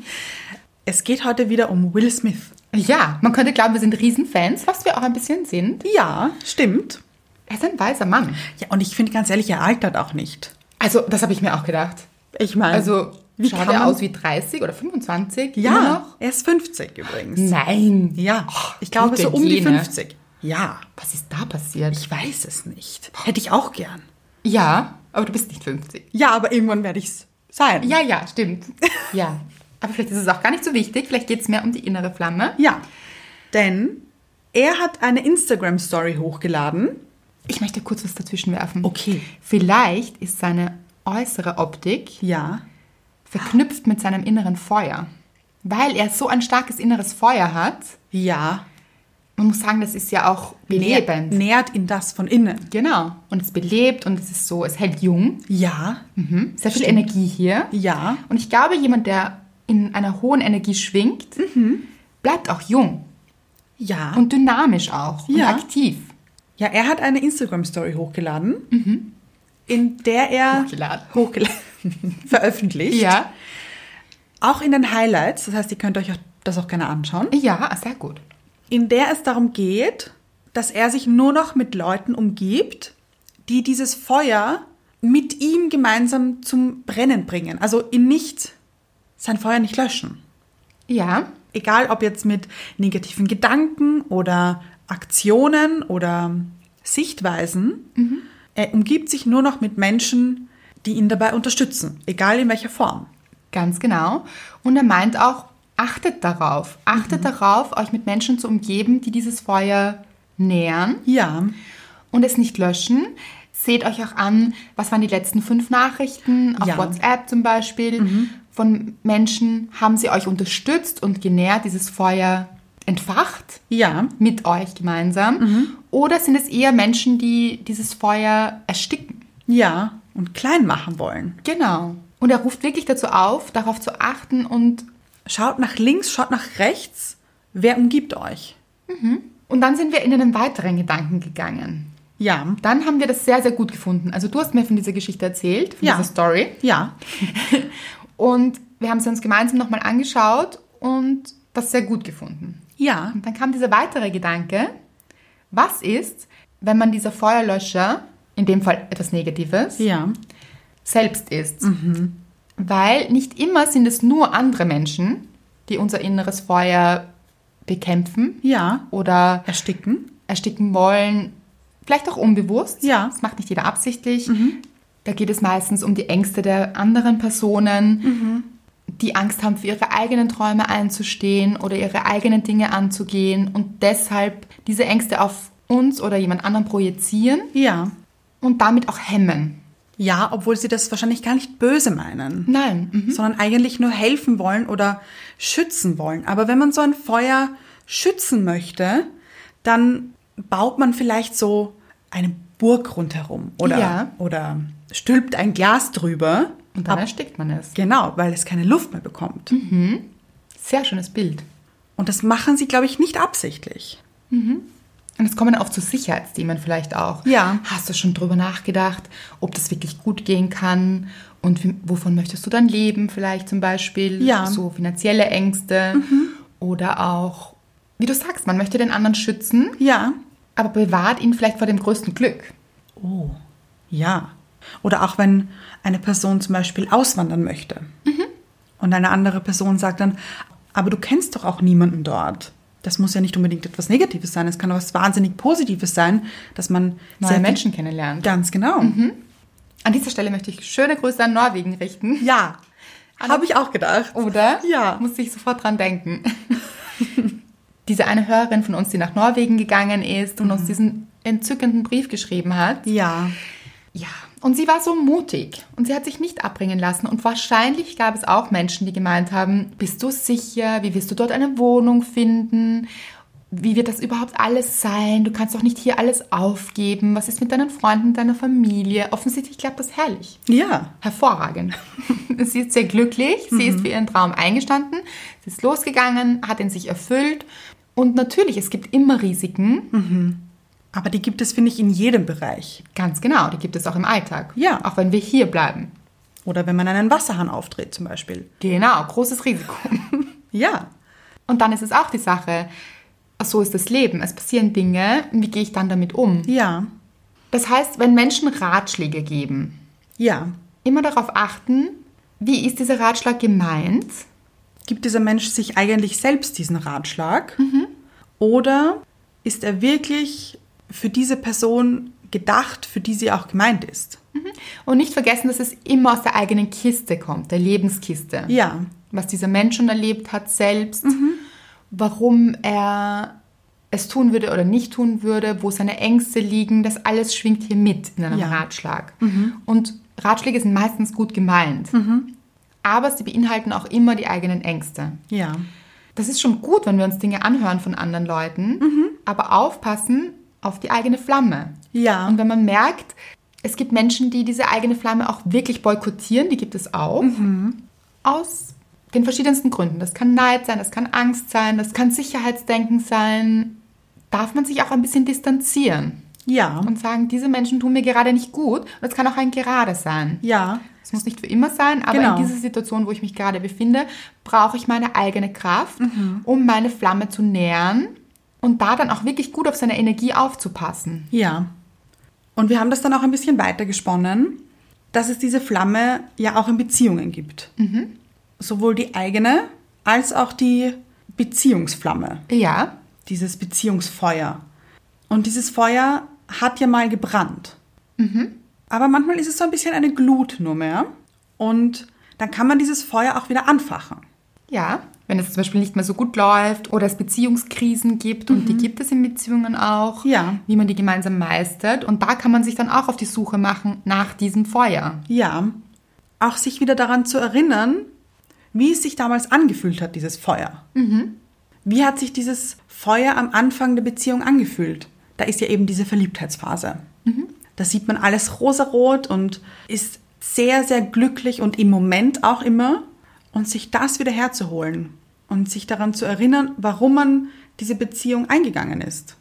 C: es geht heute wieder um Will Smith.
A: Ja, man könnte glauben, wir sind Riesenfans, was wir auch ein bisschen sind.
C: Ja, stimmt.
A: Er ist ein weiser Mann.
C: Ja, und ich finde ganz ehrlich, er altert auch nicht.
A: Also, das habe ich mir auch gedacht.
C: Ich meine,
A: Also,
C: Ähm, wie
A: schaut
C: kann
A: er
C: man-
A: aus wie 30 oder 25? Immer
C: Ja,
A: noch?
C: er ist 50 übrigens.
A: Nein.
C: Ja, ich glaube
A: gute ne?
C: so um die
A: Jene.
C: 50. Ja,
A: Was ist da passiert?
C: ich weiß es nicht. Hätte ich auch gern.
A: Ja, aber du bist nicht 50.
C: Ja, aber irgendwann werde ich es sein.
A: Ja, ja, stimmt. Ja. Aber vielleicht ist es auch gar nicht so wichtig. Vielleicht geht es mehr um die innere Flamme.
C: Ja, denn er hat eine Instagram-Story hochgeladen.
A: Ich möchte kurz was dazwischen werfen.
C: Okay.
A: Vielleicht ist seine äußere Optik
C: Ja.
A: verknüpft mit seinem inneren Feuer. Weil er so ein starkes inneres Feuer hat.
C: Ja.
A: Man muss sagen, das ist ja auch belebend.
C: Nährt ihn das von innen.
A: Genau. Und es belebt und es ist so, es hält jung.
C: Ja.
A: Mhm. Sehr viel
C: Stimmt.
A: Energie hier.
C: Ja.
A: Und ich glaube, jemand, der in einer hohen Energie schwingt,
C: Mhm.
A: bleibt auch jung.
C: Ja.
A: Und dynamisch auch.
C: Ja.
A: Und aktiv.
C: ja, er hat eine Instagram-Story hochgeladen,
A: Mhm.
C: in der er
A: Hochgeladen.
C: hochgeladen veröffentlicht.
A: Ja.
C: Auch in den Highlights, das heißt, ihr könnt euch auch- das auch gerne anschauen,
A: Ja, sehr gut.
C: in der es darum geht, dass er sich nur noch mit Leuten umgibt, die dieses Feuer mit ihm gemeinsam zum Brennen bringen. Also ihn nicht, sein Feuer nicht löschen.
A: Ja.
C: Egal ob jetzt mit negativen Gedanken oder Aktionen oder Sichtweisen, er umgibt sich nur noch mit Menschen, die ihn dabei unterstützen, egal in welcher Form.
A: Ganz genau. Und er meint auch, achtet darauf. Achtet darauf, euch mit Menschen zu umgeben, die dieses Feuer nähern
C: Ja,
A: und es nicht löschen. Seht euch auch an, was waren die letzten fünf Nachrichten auf
C: Ja.
A: WhatsApp zum Beispiel von Menschen. Haben sie euch unterstützt und genährt, dieses Feuer entfacht?
C: ja,
A: Mit euch gemeinsam? Oder sind es eher Menschen, die dieses Feuer ersticken?
C: ja. Und klein machen wollen.
A: Genau. Und er ruft wirklich dazu auf, darauf zu achten und,
C: Schaut nach links, schaut nach rechts. Wer umgibt euch?
A: und dann sind wir in einen weiteren Gedanken gegangen.
C: Ja.
A: Dann haben wir das sehr, sehr gut gefunden. Also du hast mir von dieser Geschichte erzählt, von
C: Ja.
A: dieser Story.
C: Ja.
A: Und wir haben sie uns gemeinsam nochmal angeschaut und das sehr gut gefunden.
C: Ja.
A: Und dann kam dieser weitere Gedanke, was ist, wenn man dieser Feuerlöscher, in dem Fall etwas Negatives,
C: Ja. Mhm.
A: selbst ist. Weil nicht immer sind es nur andere Menschen, die unser inneres Feuer bekämpfen
C: Ja.
A: oder
C: Ersticken.
A: ersticken wollen. Vielleicht auch unbewusst.
C: Ja.
A: Das macht nicht jeder absichtlich. Da geht es meistens um die Ängste der anderen Personen, die Angst haben, für ihre eigenen Träume einzustehen oder ihre eigenen Dinge anzugehen und deshalb diese Ängste auf uns oder jemand anderen projizieren
C: Ja.
A: und damit auch hemmen.
C: Ja, obwohl sie das wahrscheinlich gar nicht böse meinen,
A: Nein. Mhm.
C: sondern eigentlich nur helfen wollen oder schützen wollen. Aber wenn man so ein Feuer schützen möchte, dann baut man vielleicht so eine Burg rundherum oder,
A: Ja.
C: oder stülpt ein Glas drüber.
A: Und dann Mhm. erstickt man es.
C: Genau, weil es keine Luft mehr bekommt.
A: Sehr schönes Bild.
C: Und das machen sie, glaube ich, nicht absichtlich.
A: Und es kommen auch zu Sicherheitsthemen vielleicht auch.
C: Ja.
A: Hast du schon drüber nachgedacht, ob das wirklich gut gehen kann? Und wie, wovon möchtest du dann leben vielleicht zum Beispiel?
C: Ja.
A: So finanzielle Ängste oder auch wie du sagst, man möchte den anderen schützen,
C: Ja.
A: aber bewahrt ihn vielleicht vor dem größten Glück.
C: Oh. Ja. Oder auch wenn eine Person zum Beispiel auswandern möchte. Und eine andere Person sagt dann, aber du kennst doch auch niemanden dort. Das muss ja nicht unbedingt etwas Negatives sein. Es kann auch was wahnsinnig Positives sein, dass man
A: Neue
C: viel-
A: Menschen kennenlernen.
C: Ganz genau.
A: An dieser Stelle möchte ich schöne Grüße an Norwegen richten.
C: Ja. Habe ich auch gedacht.
A: Oder?
C: Ja.
A: Muss ich sofort dran denken. Diese eine Hörerin von uns, die nach Norwegen gegangen ist und uns diesen entzückenden Brief geschrieben hat.
C: Ja.
A: Ja, und sie war so mutig und sie hat sich nicht abbringen lassen. Und wahrscheinlich gab es auch Menschen, die gemeint haben, bist du sicher? Wie wirst du dort eine Wohnung finden? Wie wird das überhaupt alles sein? Du kannst doch nicht hier alles aufgeben. Was ist mit deinen Freunden, deiner Familie? Offensichtlich klappt das herrlich.
C: Ja.
A: Hervorragend. sie ist sehr glücklich, sie
C: Mhm.
A: ist für ihren Traum eingestanden, sie ist losgegangen, hat ihn sich erfüllt. Und natürlich, es gibt immer Risiken,
C: Mhm. Aber die gibt es, finde ich, in jedem Bereich.
A: ganz genau, die gibt es auch im Alltag.
C: Ja.
A: Auch wenn wir hier bleiben.
C: Oder wenn man einen Wasserhahn aufdreht zum Beispiel.
A: Genau, großes Risiko.
C: Ja.
A: Und dann ist es auch die Sache, so ist das Leben, es passieren Dinge, wie gehe ich dann damit um?
C: Ja.
A: Das heißt, wenn Menschen Ratschläge geben,
C: Ja.
A: immer darauf achten, wie ist dieser Ratschlag gemeint?
C: Gibt dieser Mensch sich eigentlich selbst diesen Ratschlag? Oder ist er wirklich für diese Person gedacht, für die sie auch gemeint ist?
A: Und nicht vergessen, dass es immer aus der eigenen Kiste kommt, der Lebenskiste.
C: Ja.
A: Was dieser Mensch schon erlebt hat selbst, warum er es tun würde oder nicht tun würde, wo seine Ängste liegen, das alles schwingt hier mit in einem
C: Ja.
A: Ratschlag. Und Ratschläge sind meistens gut gemeint, aber sie beinhalten auch immer die eigenen Ängste.
C: Ja.
A: Das ist schon gut, wenn wir uns Dinge anhören von anderen Leuten, aber aufpassen auf die eigene Flamme.
C: Ja.
A: Und wenn man merkt, es gibt Menschen, die diese eigene Flamme auch wirklich boykottieren, die gibt es auch, aus den verschiedensten Gründen. Das kann Neid sein, das kann Angst sein, das kann Sicherheitsdenken sein. Darf man sich auch ein bisschen distanzieren
C: Ja.
A: und sagen, diese Menschen tun mir gerade nicht gut. Und das kann auch ein Gerade sein.
C: Ja.
A: Es muss nicht für immer sein, aber
C: Genau.
A: in dieser Situation, wo ich mich gerade befinde, brauche ich meine eigene Kraft,
C: Mhm.
A: um meine Flamme zu nähern und da dann auch wirklich gut auf seine Energie aufzupassen.
C: Ja. Und wir haben das dann auch ein bisschen weitergesponnen, dass es diese Flamme ja auch in Beziehungen gibt. Sowohl die eigene als auch die Beziehungsflamme,
A: Ja,
C: dieses Beziehungsfeuer. Und dieses Feuer hat ja mal gebrannt. Aber manchmal ist es so ein bisschen eine Glut nur mehr. Und dann kann man dieses Feuer auch wieder anfachen.
A: ja. Wenn es zum Beispiel nicht mehr so gut läuft oder es Beziehungskrisen gibt und die gibt es in Beziehungen auch,
C: Mhm. Ja.
A: wie man die gemeinsam meistert. Und da kann man sich dann auch auf die Suche machen nach diesem Feuer.
C: Ja, auch sich wieder daran zu erinnern, wie es sich damals angefühlt hat, dieses Feuer. Wie hat sich dieses Feuer am Anfang der Beziehung angefühlt? Da ist ja eben diese Verliebtheitsphase. Da sieht man alles rosarot und ist sehr, sehr glücklich und im Moment auch immer. Und sich das wieder herzuholen und sich daran zu erinnern, warum man diese Beziehung eingegangen ist.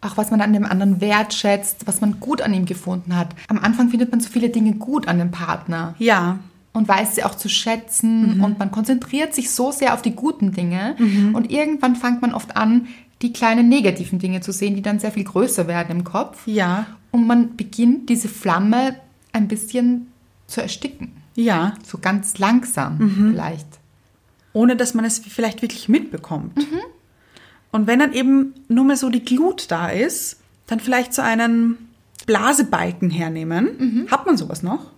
A: Auch was man an dem anderen wertschätzt, was man gut an ihm gefunden hat. Am Anfang findet man so viele Dinge gut an dem Partner.
C: Ja,
A: und weiß sie auch zu schätzen
C: Mhm.
A: und man konzentriert sich so sehr auf die guten Dinge und irgendwann fängt man oft an, die kleinen negativen Dinge zu sehen, die dann sehr viel größer werden im Kopf
C: ja,
A: und man beginnt diese Flamme ein bisschen zu ersticken,
C: ja.
A: so ganz langsam
C: Mhm.
A: vielleicht.
C: ohne dass man es vielleicht wirklich mitbekommt.
A: Mhm.
C: Und wenn dann eben nur mehr so die Glut da ist, dann vielleicht so einen Blasebalken hernehmen.
A: Mhm.
C: Hat man sowas noch?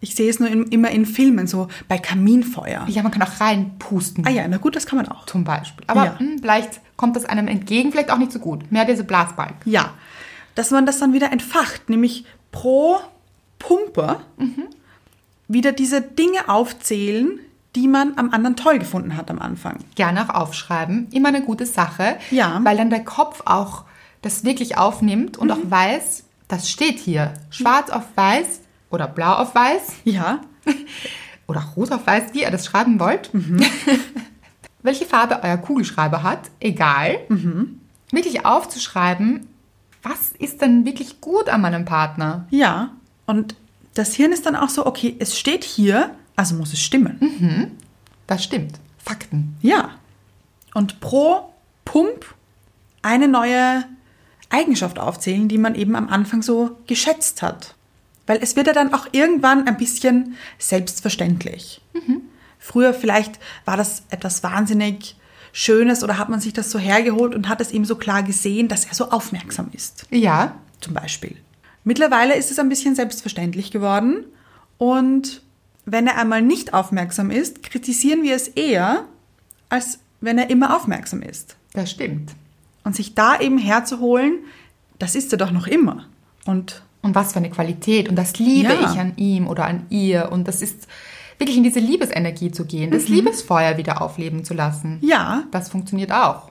C: Ich sehe es nur in, immer in Filmen, so bei Kaminfeuer.
A: Ja, man kann auch reinpusten
C: Ah ja, na gut, das kann man auch.
A: zum Beispiel, aber
C: Ja.
A: hm, vielleicht kommt das einem entgegen, vielleicht auch nicht so gut. Mehr diese Blasbalg.
C: Ja, dass man das dann wieder entfacht, nämlich pro Pumpe
A: Mhm.
C: wieder diese Dinge aufzählen, die man am anderen toll gefunden hat am Anfang.
A: gerne auch aufschreiben. Immer eine gute Sache,
C: Ja.
A: weil dann der Kopf auch das wirklich aufnimmt und auch weiß, das steht hier. Schwarz auf weiß oder blau auf weiß
C: Ja,
A: oder rot auf weiß, wie ihr das schreiben wollt. Welche Farbe euer Kugelschreiber hat, egal. Wirklich aufzuschreiben, was ist denn wirklich gut an meinem Partner?
C: Ja, und das Hirn ist dann auch so, okay, es steht hier, also muss es stimmen.
A: Das stimmt. Fakten.
C: Ja. Und pro Pump eine neue Eigenschaft aufzählen, die man eben am Anfang so geschätzt hat. Weil es wird ja dann auch irgendwann ein bisschen selbstverständlich. Früher vielleicht war das etwas wahnsinnig Schönes oder hat man sich das so hergeholt und hat es ihm so klar gesehen, dass er so aufmerksam ist
A: Ja,
C: zum Beispiel. Mittlerweile ist es ein bisschen selbstverständlich geworden und wenn er einmal nicht aufmerksam ist, kritisieren wir es eher, als wenn er immer aufmerksam ist.
A: das stimmt.
C: Und sich da eben herzuholen, das ist er doch noch immer. Und
A: Und was für eine Qualität. Und das liebe
C: Ja.
A: ich an ihm oder an ihr. Und das ist wirklich in diese Liebesenergie zu gehen, das Liebesfeuer wieder aufleben zu lassen.
C: Mhm. ja,
A: Das funktioniert auch.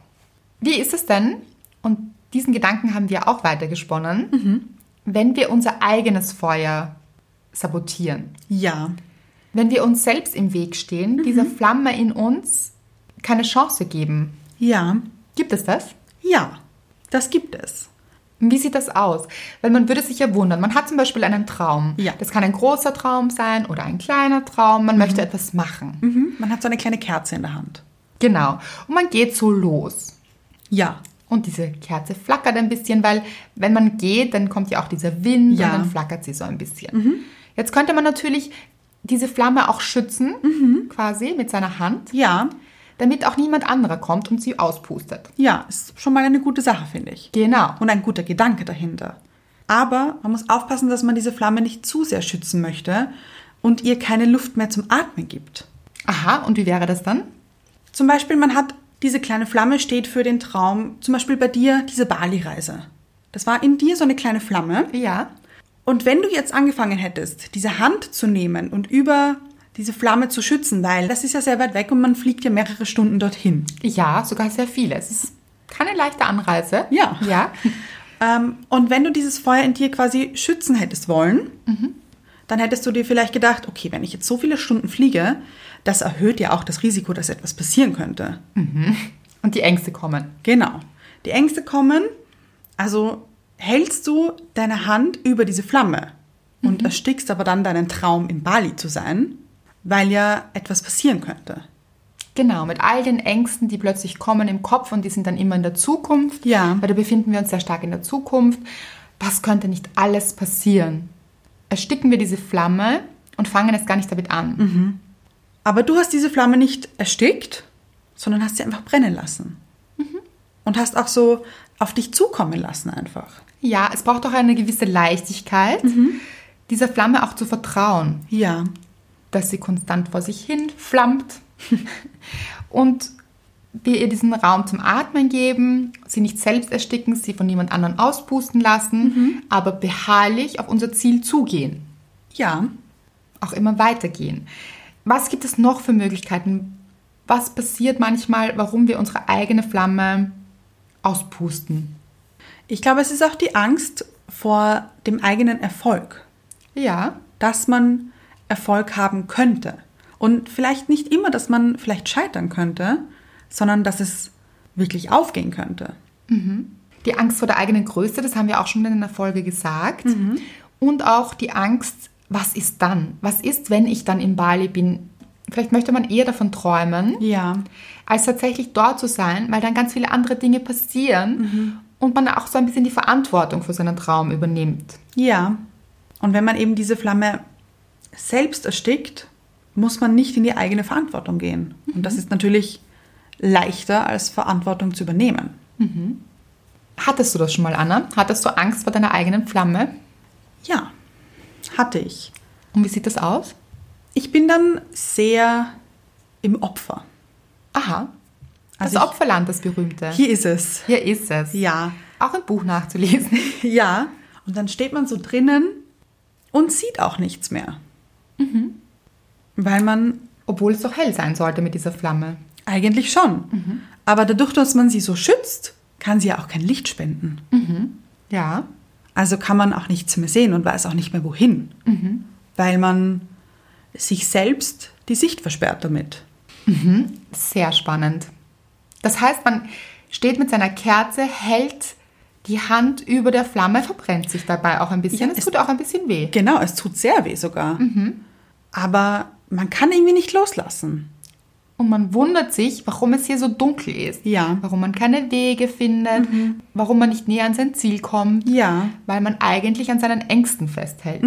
A: Wie ist es denn? Und diesen Gedanken haben wir auch weitergesponnen.
C: Mhm.
A: Wenn wir unser eigenes Feuer sabotieren,
C: ja,
A: wenn wir uns selbst im Weg stehen, dieser
C: Mhm.
A: Flamme in uns keine Chance geben.
C: ja,
A: Gibt es das?
C: ja, das gibt es.
A: Wie sieht das aus? Weil man würde sich ja wundern. Man hat zum Beispiel einen Traum.
C: Ja.
A: Das kann ein großer Traum sein oder ein kleiner Traum. Man möchte etwas machen.
C: Mhm. Man hat so eine kleine Kerze in der Hand.
A: Genau. Und man geht so los.
C: Ja,
A: Und diese Kerze flackert ein bisschen, weil wenn man geht, dann kommt ja auch dieser Wind
C: Ja. Mhm.
A: und dann flackert sie so ein bisschen. Jetzt könnte man natürlich diese Flamme auch schützen,
C: Mhm.
A: quasi mit seiner Hand,
C: ja,
A: damit auch niemand anderer kommt und sie auspustet.
C: ja, ist schon mal eine gute Sache, finde ich.
A: Genau.
C: und ein guter Gedanke dahinter. Aber man muss aufpassen, dass man diese Flamme nicht zu sehr schützen möchte und ihr keine Luft mehr zum Atmen gibt.
A: Aha, und wie wäre das dann?
C: Zum Beispiel, man hat diese kleine Flamme steht für den Traum, zum Beispiel bei dir diese Bali-Reise. Das war in dir so eine kleine Flamme.
A: Ja.
C: Und wenn du jetzt angefangen hättest, diese Hand zu nehmen und über diese Flamme zu schützen, weil das ist ja sehr weit weg und man fliegt ja mehrere Stunden dorthin.
A: Ja, sogar sehr viele. Es ist keine leichte Anreise.
C: Ja.
A: Ja.
C: Ähm, und wenn du dieses Feuer in dir quasi schützen hättest wollen, dann hättest du dir vielleicht gedacht, okay, wenn ich jetzt so viele Stunden fliege, das erhöht ja auch das Risiko, dass etwas passieren könnte.
A: Und die Ängste kommen.
C: Genau. Die Ängste kommen, also hältst du deine Hand über diese Flamme und erstickst aber dann deinen Traum, in Bali zu sein, weil ja etwas passieren könnte.
A: Genau, mit all den Ängsten, die plötzlich kommen im Kopf und die sind dann immer in der Zukunft.
C: Ja.
A: Weil da befinden wir uns sehr stark in der Zukunft. Was könnte nicht alles passieren? Ersticken wir diese Flamme und fangen es gar nicht damit an.
C: Mhm. Aber du hast diese Flamme nicht erstickt, sondern hast sie einfach brennen lassen. Und hast auch so auf dich zukommen lassen einfach.
A: Ja, es braucht auch eine gewisse Leichtigkeit,
C: Mhm.
A: dieser Flamme auch zu vertrauen,
C: Ja,
A: dass sie konstant vor sich hin flammt und wir ihr diesen Raum zum Atmen geben, sie nicht selbst ersticken, sie von niemand anderen auspusten lassen, aber beharrlich auf unser Ziel zugehen.
C: ja.
A: auch immer weitergehen. Was gibt es noch für Möglichkeiten? Was passiert manchmal, warum wir unsere eigene Flamme auspusten?
C: Ich glaube, es ist auch die Angst vor dem eigenen Erfolg,
A: Ja,
C: dass man Erfolg haben könnte. Und vielleicht nicht immer, dass man vielleicht scheitern könnte, sondern dass es wirklich aufgehen könnte.
A: die Angst vor der eigenen Größe, das haben wir auch schon in einer Folge gesagt.
C: Mhm.
A: Und auch die Angst, was ist dann? Was ist, wenn ich dann in Bali bin? Vielleicht möchte man eher davon träumen,
C: Ja,
A: als tatsächlich dort zu sein, weil dann ganz viele andere Dinge passieren
C: Mhm.
A: und man auch so ein bisschen die Verantwortung für seinen Traum übernimmt.
C: ja. Und wenn man eben diese Flamme selbst erstickt, muss man nicht in die eigene Verantwortung gehen. Und das ist natürlich leichter, als Verantwortung zu übernehmen.
A: Hattest du das schon mal, Anna? Hattest du Angst vor deiner eigenen Flamme?
C: Ja, hatte ich.
A: Und wie sieht das aus?
C: Ich bin dann sehr im Opfer.
A: Aha. Das
C: Also ich-
A: Opferland, das berühmte. Hier,
C: Hier ist es.
A: ist es.
C: Ja,
A: Auch im Buch nachzulesen.
C: ja. Und dann steht man so drinnen und sieht auch nichts mehr. Weil man
A: Obwohl es doch hell sein sollte mit dieser Flamme.
C: eigentlich schon. Aber dadurch, dass man sie so schützt, kann sie ja auch kein Licht spenden.
A: Ja.
C: Also kann man auch nichts mehr sehen und weiß auch nicht mehr wohin. Weil man sich selbst die Sicht versperrt damit.
A: Sehr spannend. Das heißt, man steht mit seiner Kerze, hält die Hand über der Flamme, verbrennt sich dabei auch ein bisschen.
C: Ja,
A: es
C: es-
A: tut auch ein bisschen weh.
C: Genau, es tut sehr weh sogar. Aber man kann irgendwie nicht loslassen.
A: und man wundert sich, warum es hier so dunkel ist.
C: Ja. Mhm.
A: Warum man keine Wege findet, warum man nicht näher an sein Ziel kommt.
C: Ja. Mhm.
A: Weil man eigentlich an seinen Ängsten festhält.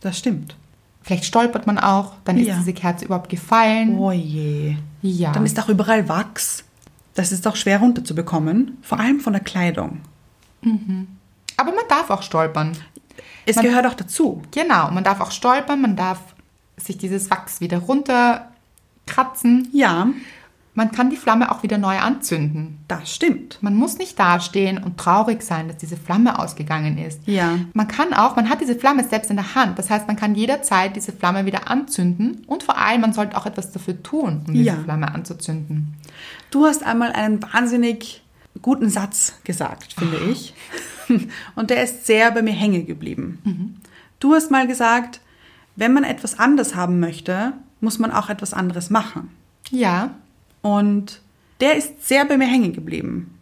C: Das stimmt.
A: Vielleicht stolpert man auch, dann ist
C: Ja.
A: diese Kerze überhaupt gefallen.
C: Oh je.
A: Ja.
C: Dann ist auch überall Wachs. Das ist auch schwer runterzubekommen, vor allem von der Kleidung.
A: Aber man darf auch stolpern.
C: Es
A: Man-
C: gehört auch dazu.
A: Genau, man darf auch stolpern, man darf sich dieses Wachs wieder runterkratzen.
C: Ja,
A: Man kann die Flamme auch wieder neu anzünden.
C: das stimmt.
A: Man muss nicht dastehen und traurig sein, dass diese Flamme ausgegangen ist.
C: Ja.
A: Man kann auch, man hat diese Flamme selbst in der Hand. Das heißt, man kann jederzeit diese Flamme wieder anzünden und vor allem, man sollte auch etwas dafür tun, um diese
C: Ja.
A: Flamme anzuzünden.
C: Du hast einmal einen wahnsinnig guten Satz gesagt, finde ich. Und der ist sehr bei mir hängen geblieben.
A: Mhm.
C: Du hast mal gesagt, wenn man etwas anders haben möchte, muss man auch etwas anderes machen.
A: Ja.
C: Und der ist sehr bei mir hängen geblieben.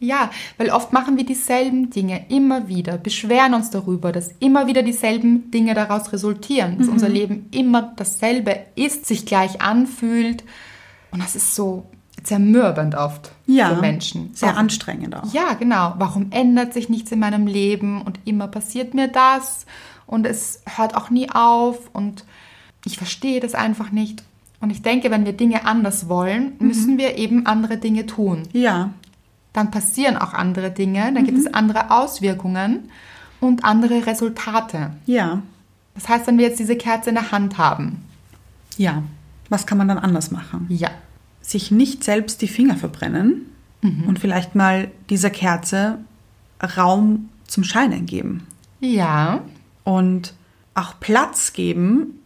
A: Ja, weil oft machen wir dieselben Dinge immer wieder, beschweren uns darüber, dass immer wieder dieselben Dinge daraus resultieren, dass
C: Mhm.
A: unser Leben immer dasselbe ist, sich gleich anfühlt. Und das ist so zermürbend oft für Menschen.
C: Sehr
A: Warum-
C: anstrengend auch.
A: Ja, genau. Warum ändert sich nichts in meinem Leben und immer passiert mir das und es hört auch nie auf und ich verstehe das einfach nicht. Und ich denke, wenn wir Dinge anders wollen,
C: Mhm.
A: müssen wir eben andere Dinge tun
C: Ja,
A: dann passieren auch andere Dinge, dann gibt es andere Auswirkungen und andere Resultate.
C: ja,
A: Das heißt, wenn wir jetzt diese Kerze in der Hand haben,
C: ja. Was kann man dann anders machen?
A: ja,
C: Sich nicht selbst die Finger verbrennen und vielleicht mal dieser Kerze Raum zum Scheinen geben.
A: ja,
C: und auch Platz geben,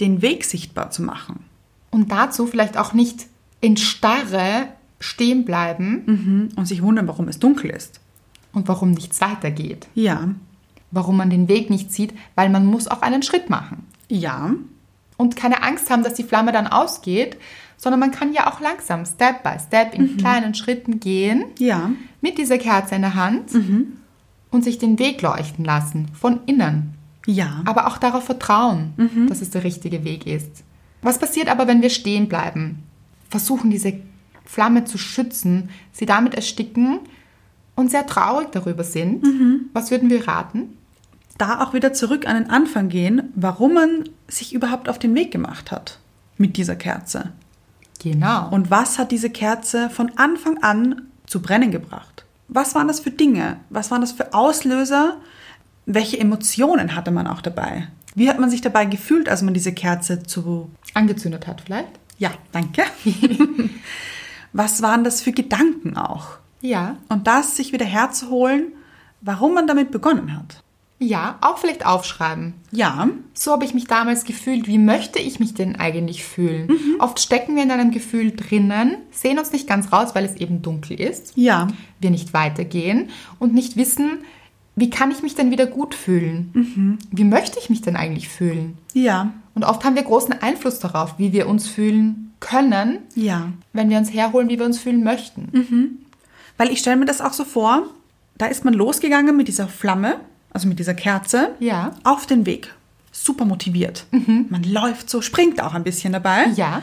C: den Weg sichtbar zu machen.
A: und dazu vielleicht auch nicht in Starre stehen bleiben
C: Mhm. Und sich wundern, warum es dunkel ist.
A: und warum nichts weitergeht,
C: Ja,
A: warum man den Weg nicht sieht, weil man muss auch einen Schritt machen
C: ja,
A: und keine Angst haben, dass die Flamme dann ausgeht, sondern man kann ja auch langsam, Step by Step, in kleinen Schritten gehen
C: ja,
A: mit dieser Kerze in der Hand und sich den Weg leuchten lassen, von innen.
C: ja,
A: Aber auch darauf vertrauen, dass es der richtige Weg ist. Was passiert aber, wenn wir stehen bleiben? Versuchen, diese Flamme zu schützen, sie damit ersticken und sehr traurig darüber sind. Was würden wir raten?
C: da auch wieder zurück an den Anfang gehen, warum man sich überhaupt auf den Weg gemacht hat mit dieser Kerze.
A: Genau.
C: Und was hat diese Kerze von Anfang an zu brennen gebracht? Was waren das für Dinge? Was waren das für Auslöser? Welche Emotionen hatte man auch dabei? Wie hat man sich dabei gefühlt, als man diese Kerze zu
A: angezündet hat vielleicht?
C: Ja, danke. Was waren das für Gedanken auch?
A: Ja.
C: Und das sich wieder herzuholen, warum man damit begonnen hat.
A: Ja, auch vielleicht aufschreiben.
C: Ja,
A: So habe ich mich damals gefühlt. Wie möchte ich mich denn eigentlich fühlen?
C: Mhm.
A: Oft stecken wir in einem Gefühl drinnen, sehen uns nicht ganz raus, weil es eben dunkel ist,
C: ja,
A: wir nicht weitergehen und nicht wissen, wie kann ich mich denn wieder gut fühlen?
C: Mhm.
A: Wie möchte ich mich denn eigentlich fühlen?
C: ja,
A: Und oft haben wir großen Einfluss darauf, wie wir uns fühlen können,
C: ja.
A: wenn wir uns herholen, wie wir uns fühlen möchten.
C: Mhm. Weil ich stelle mir das auch so vor, da ist man losgegangen mit dieser Flamme, also mit dieser Kerze,
A: Ja. Mhm.
C: auf den Weg. Super motiviert. Man läuft so, springt auch ein bisschen dabei.
A: Ja.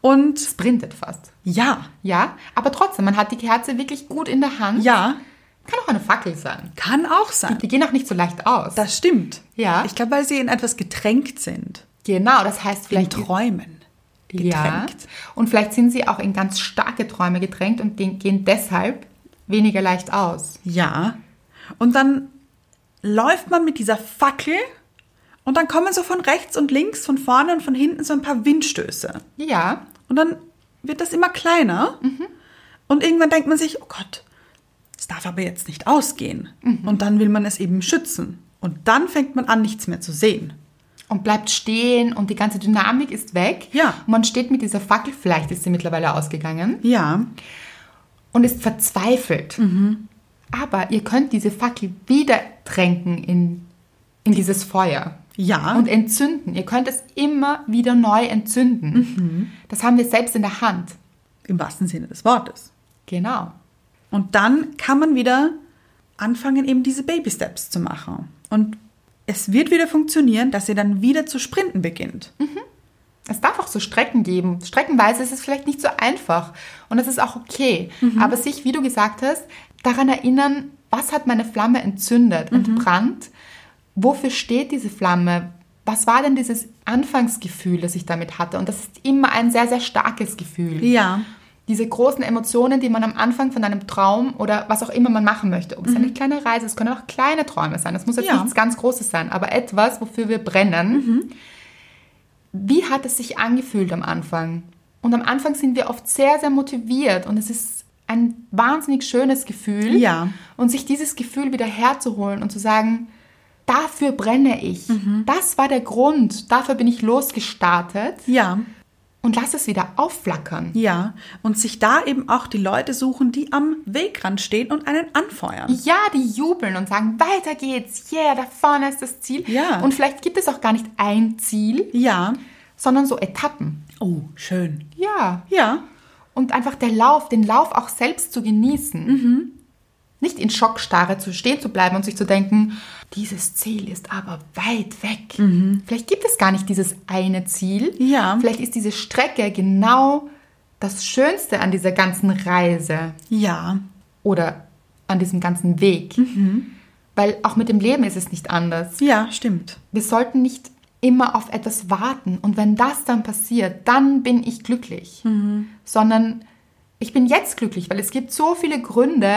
C: Und
A: Sprintet fast.
C: ja,
A: Ja, aber trotzdem, man hat die Kerze wirklich gut in der Hand.
C: ja,
A: Kann auch eine Fackel sein.
C: kann auch sein.
A: Die gehen auch nicht so leicht aus.
C: Das stimmt.
A: Ja.
C: Ich glaube, weil sie in etwas getränkt sind.
A: Genau, das heißt
C: In
A: vielleicht
C: Träumen.
A: ja.
C: getränkt.
A: Und vielleicht sind sie auch in ganz starke Träume getränkt und den- gehen deshalb weniger leicht aus.
C: Ja. Und dann läuft man mit dieser Fackel und dann kommen so von rechts und links, von vorne und von hinten so ein paar Windstöße.
A: Ja,
C: Und dann wird das immer kleiner. Und irgendwann denkt man sich, oh Gott, es darf aber jetzt nicht ausgehen. Und dann will man es eben schützen. Und dann fängt man an, nichts mehr zu sehen.
A: und bleibt stehen und die ganze Dynamik ist weg.
C: Ja.
A: Und man steht mit dieser Fackel, vielleicht ist sie mittlerweile ausgegangen,
C: Ja,
A: und ist verzweifelt.
C: Mhm.
A: Aber ihr könnt diese Fackel wieder tränken in, in dieses Feuer.
C: ja,
A: Und entzünden. Ihr könnt es immer wieder neu entzünden.
C: Mhm.
A: Das haben wir selbst in der Hand.
C: im wahrsten Sinne des Wortes.
A: Genau.
C: Und dann kann man wieder anfangen, eben diese Baby Steps zu machen. Und es wird wieder funktionieren, dass ihr dann wieder zu sprinten beginnt.
A: Es darf auch so Strecken geben. Streckenweise ist es vielleicht nicht so einfach und das ist auch okay.
C: Mhm.
A: Aber sich, wie du gesagt hast, daran erinnern, was hat meine Flamme
C: Mhm.
A: entzündet, entbrannt? Wofür steht diese Flamme? Was war denn dieses Anfangsgefühl, das ich damit hatte? Und das ist immer ein sehr, sehr starkes Gefühl
C: Ja.
A: diese großen Emotionen, die man am Anfang von einem Traum oder was auch immer man machen möchte, ob es eine kleine Reise ist, können auch kleine Träume sein. Das muss jetzt
C: Mhm. Ja. Mhm.
A: nichts ganz Großes sein, aber etwas, wofür wir brennen. Wie hat es sich angefühlt am Anfang? Und am Anfang sind wir oft sehr, sehr motiviert und es ist ein wahnsinnig schönes Gefühl.
C: Ja.
A: Und sich dieses Gefühl wieder herzuholen und zu sagen, dafür brenne ich.
C: Mhm.
A: Das war der Grund. Dafür bin ich losgestartet
C: Ja.
A: und lass es wieder aufflackern.
C: Ja. Und sich da eben auch die Leute suchen, die am Wegrand stehen und einen anfeuern.
A: Ja, die jubeln und sagen, weiter geht's, yeah, da vorne ist das Ziel.
C: Ja.
A: Und vielleicht gibt es auch gar nicht ein Ziel,
C: Ja.
A: sondern so Etappen.
C: Oh, schön.
A: Ja.
C: Ja.
A: Und einfach der Lauf, den Lauf auch selbst zu genießen. Nicht in Schockstarre zu stehen zu bleiben und sich zu denken, dieses Ziel ist aber weit weg. Vielleicht gibt es gar nicht dieses eine Ziel.
C: Ja.
A: Vielleicht ist diese Strecke genau das Schönste an dieser ganzen Reise.
C: Ja.
A: oder an diesem ganzen Weg. Weil auch mit dem Leben ist es nicht anders.
C: Ja, stimmt.
A: Wir sollten nicht immer auf etwas warten und wenn das dann passiert, dann bin ich glücklich. Sondern ich bin jetzt glücklich, weil es gibt so viele Gründe,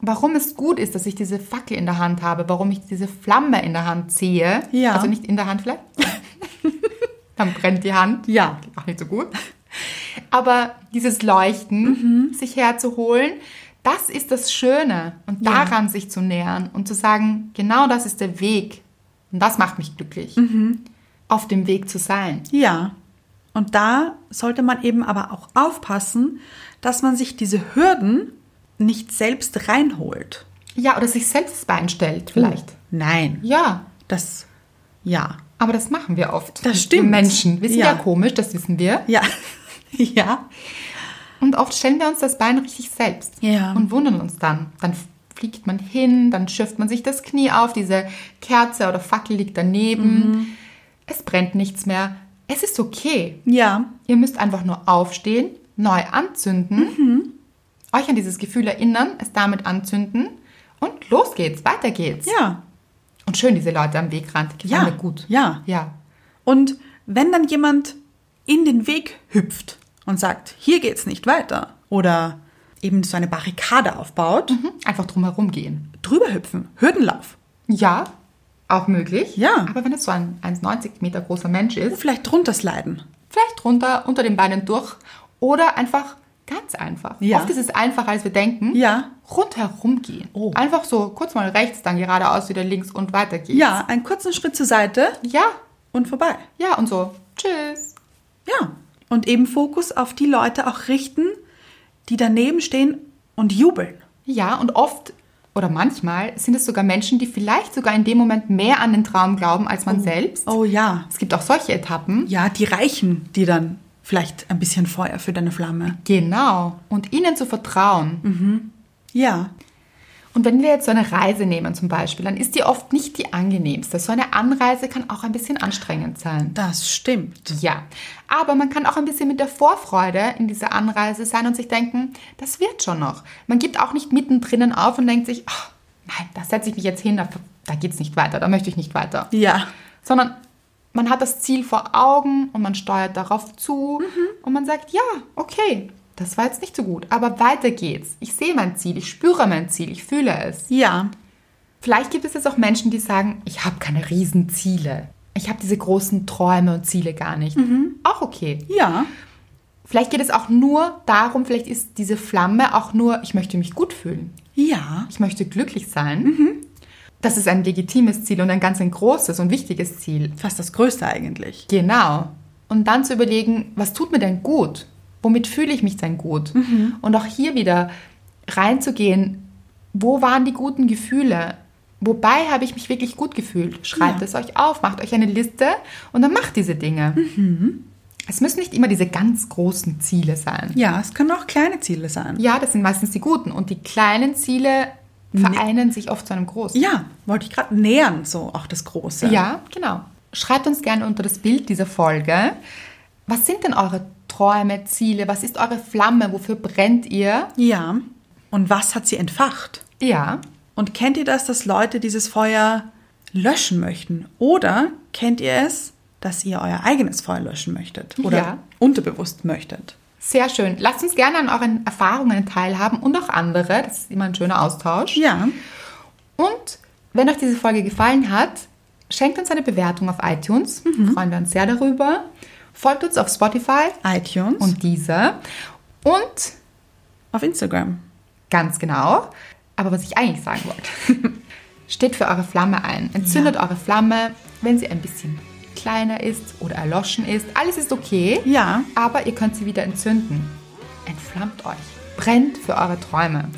A: warum es gut ist, dass ich diese Fackel in der Hand habe, warum ich diese Flamme in der Hand ziehe.
C: Ja.
A: Also nicht in der Hand vielleicht. dann brennt die Hand
C: Ja.
A: auch nicht so gut. Aber dieses
C: Mhm.
A: Leuchten, sich herzuholen, das ist das Schöne. Und daran sich zu nähern und zu sagen, genau das ist der Weg. Und das macht mich glücklich,
C: Mhm.
A: auf dem Weg zu sein.
C: Ja. Und da sollte man eben aber auch aufpassen, dass man sich diese Hürden nicht selbst reinholt.
A: Ja, oder sich selbst das Bein
C: Oh.
A: stellt vielleicht.
C: Nein.
A: Ja,
C: Das, ja.
A: aber das machen wir oft.
C: Das stimmt.
A: Wir Menschen, wir sind ja.
C: Ja.
A: komisch, das wissen wir.
C: Ja. ja.
A: Und oft stellen wir uns das Bein richtig selbst
C: Ja.
A: und wundern uns dann. Dann fliegt man hin, dann schürft man sich das Knie auf, diese Kerze oder Fackel liegt daneben.
C: Mhm.
A: Es brennt nichts mehr. Es ist okay.
C: Ja.
A: Ihr müsst einfach nur aufstehen, neu anzünden,
C: Mhm.
A: euch an dieses Gefühl erinnern, es damit anzünden und los geht's, weiter geht's.
C: Ja.
A: Und schön diese Leute am Wegrand, gefallen
C: Ja,
A: mir gut.
C: ja.
A: Ja.
C: Und wenn dann jemand in den Weg hüpft und sagt, hier geht's nicht weiter oder eben so eine Barrikade aufbaut,
A: Mhm. Einfach drumherum gehen.
C: drüber hüpfen, Hürdenlauf,
A: Ja, auch möglich.
C: Ja.
A: Aber wenn es so ein 1,90 Meter großer Mensch ist,
C: vielleicht drunter sliden.
A: vielleicht runter, unter den Beinen durch oder einfach ganz einfach.
C: Ja.
A: Oft ist es einfacher, als wir denken.
C: Ja.
A: Rundherum gehen.
C: Oh.
A: Einfach so kurz mal rechts, dann geradeaus, wieder links und weiter geht's.
C: Ja, einen kurzen Schritt zur Seite
A: Ja,
C: und vorbei.
A: ja und so. Tschüss.
C: Ja. Und eben Fokus auf die Leute auch richten, die daneben stehen und jubeln.
A: Ja, und oft oder manchmal sind es sogar Menschen, die vielleicht sogar in dem Moment mehr an den Traum glauben als man selbst.
C: Oh ja.
A: Es gibt auch solche Etappen.
C: Ja, die Reichen, die dann vielleicht ein bisschen Feuer für deine Flamme.
A: Genau. Und ihnen zu vertrauen.
C: Mhm. Ja.
A: Und wenn wir jetzt so eine Reise nehmen zum Beispiel, dann ist die oft nicht die angenehmste. So eine Anreise kann auch ein bisschen anstrengend sein.
C: Das stimmt.
A: Ja, aber man kann auch ein bisschen mit der Vorfreude in dieser Anreise sein und sich denken, das wird schon noch. Man gibt auch nicht mittendrin auf und denkt sich, "Ah, nein, da setze ich mich jetzt hin, da, da geht es nicht weiter, da möchte ich nicht weiter.
C: Ja.
A: Sondern man hat das Ziel vor Augen und man steuert darauf zu und man sagt, ja, okay, das war jetzt nicht so gut, aber weiter geht's. Ich sehe mein Ziel, ich spüre mein Ziel, ich fühle es.
C: Ja.
A: Vielleicht gibt es jetzt auch Menschen, die sagen, ich habe keine Riesenziele. Ich habe diese großen Träume und Ziele gar nicht. Auch okay.
C: Ja.
A: Vielleicht geht es auch nur darum, vielleicht ist diese Flamme auch nur, ich möchte mich gut fühlen.
C: Ja.
A: Ich möchte glücklich sein. Das ist ein legitimes Ziel und ein ganz ein großes und wichtiges Ziel.
C: Fast das Größte eigentlich.
A: Genau. Und dann zu überlegen, was tut mir denn gut? Womit fühle ich mich denn gut? Und auch hier wieder reinzugehen, wo waren die guten Gefühle? Wobei habe ich mich wirklich gut gefühlt? Schreibt
C: Ja.
A: es euch auf, macht euch eine Liste und dann macht diese Dinge. Es müssen nicht immer diese ganz großen Ziele sein.
C: Ja, es können auch kleine Ziele sein.
A: Ja, das sind meistens die guten. Und die kleinen Ziele vereinen sich oft zu einem großen.
C: Ja, wollte ich gerade nähern, so auch das Große.
A: Ja, genau. Schreibt uns gerne unter das Bild dieser Folge, was sind denn eure Träume, Ziele? Was ist eure Flamme? Wofür brennt ihr?
C: Ja. Und was hat sie entfacht?
A: Ja.
C: Und kennt ihr das, dass Leute dieses Feuer löschen möchten? Oder kennt ihr es, dass ihr euer eigenes Feuer löschen möchtet? Oder
A: Ja.
C: unterbewusst möchtet?
A: Sehr schön. Lasst uns gerne an euren Erfahrungen teilhaben und auch andere. Das ist immer ein schöner Austausch.
C: Ja.
A: Und wenn euch diese Folge gefallen hat, schenkt uns eine Bewertung auf iTunes. Freuen wir uns sehr darüber. Folgt uns auf Spotify
C: iTunes und
A: und dieser. Und
C: auf Instagram.
A: ganz genau, aber was ich eigentlich sagen wollte, steht für eure Flamme ein. Entzündet eure Flamme, wenn sie ein bisschen kleiner ist oder erloschen ist. Alles ist okay.
C: Ja.
A: Aber ihr könnt sie wieder entzünden. Entflammt euch. Brennt für eure Träume.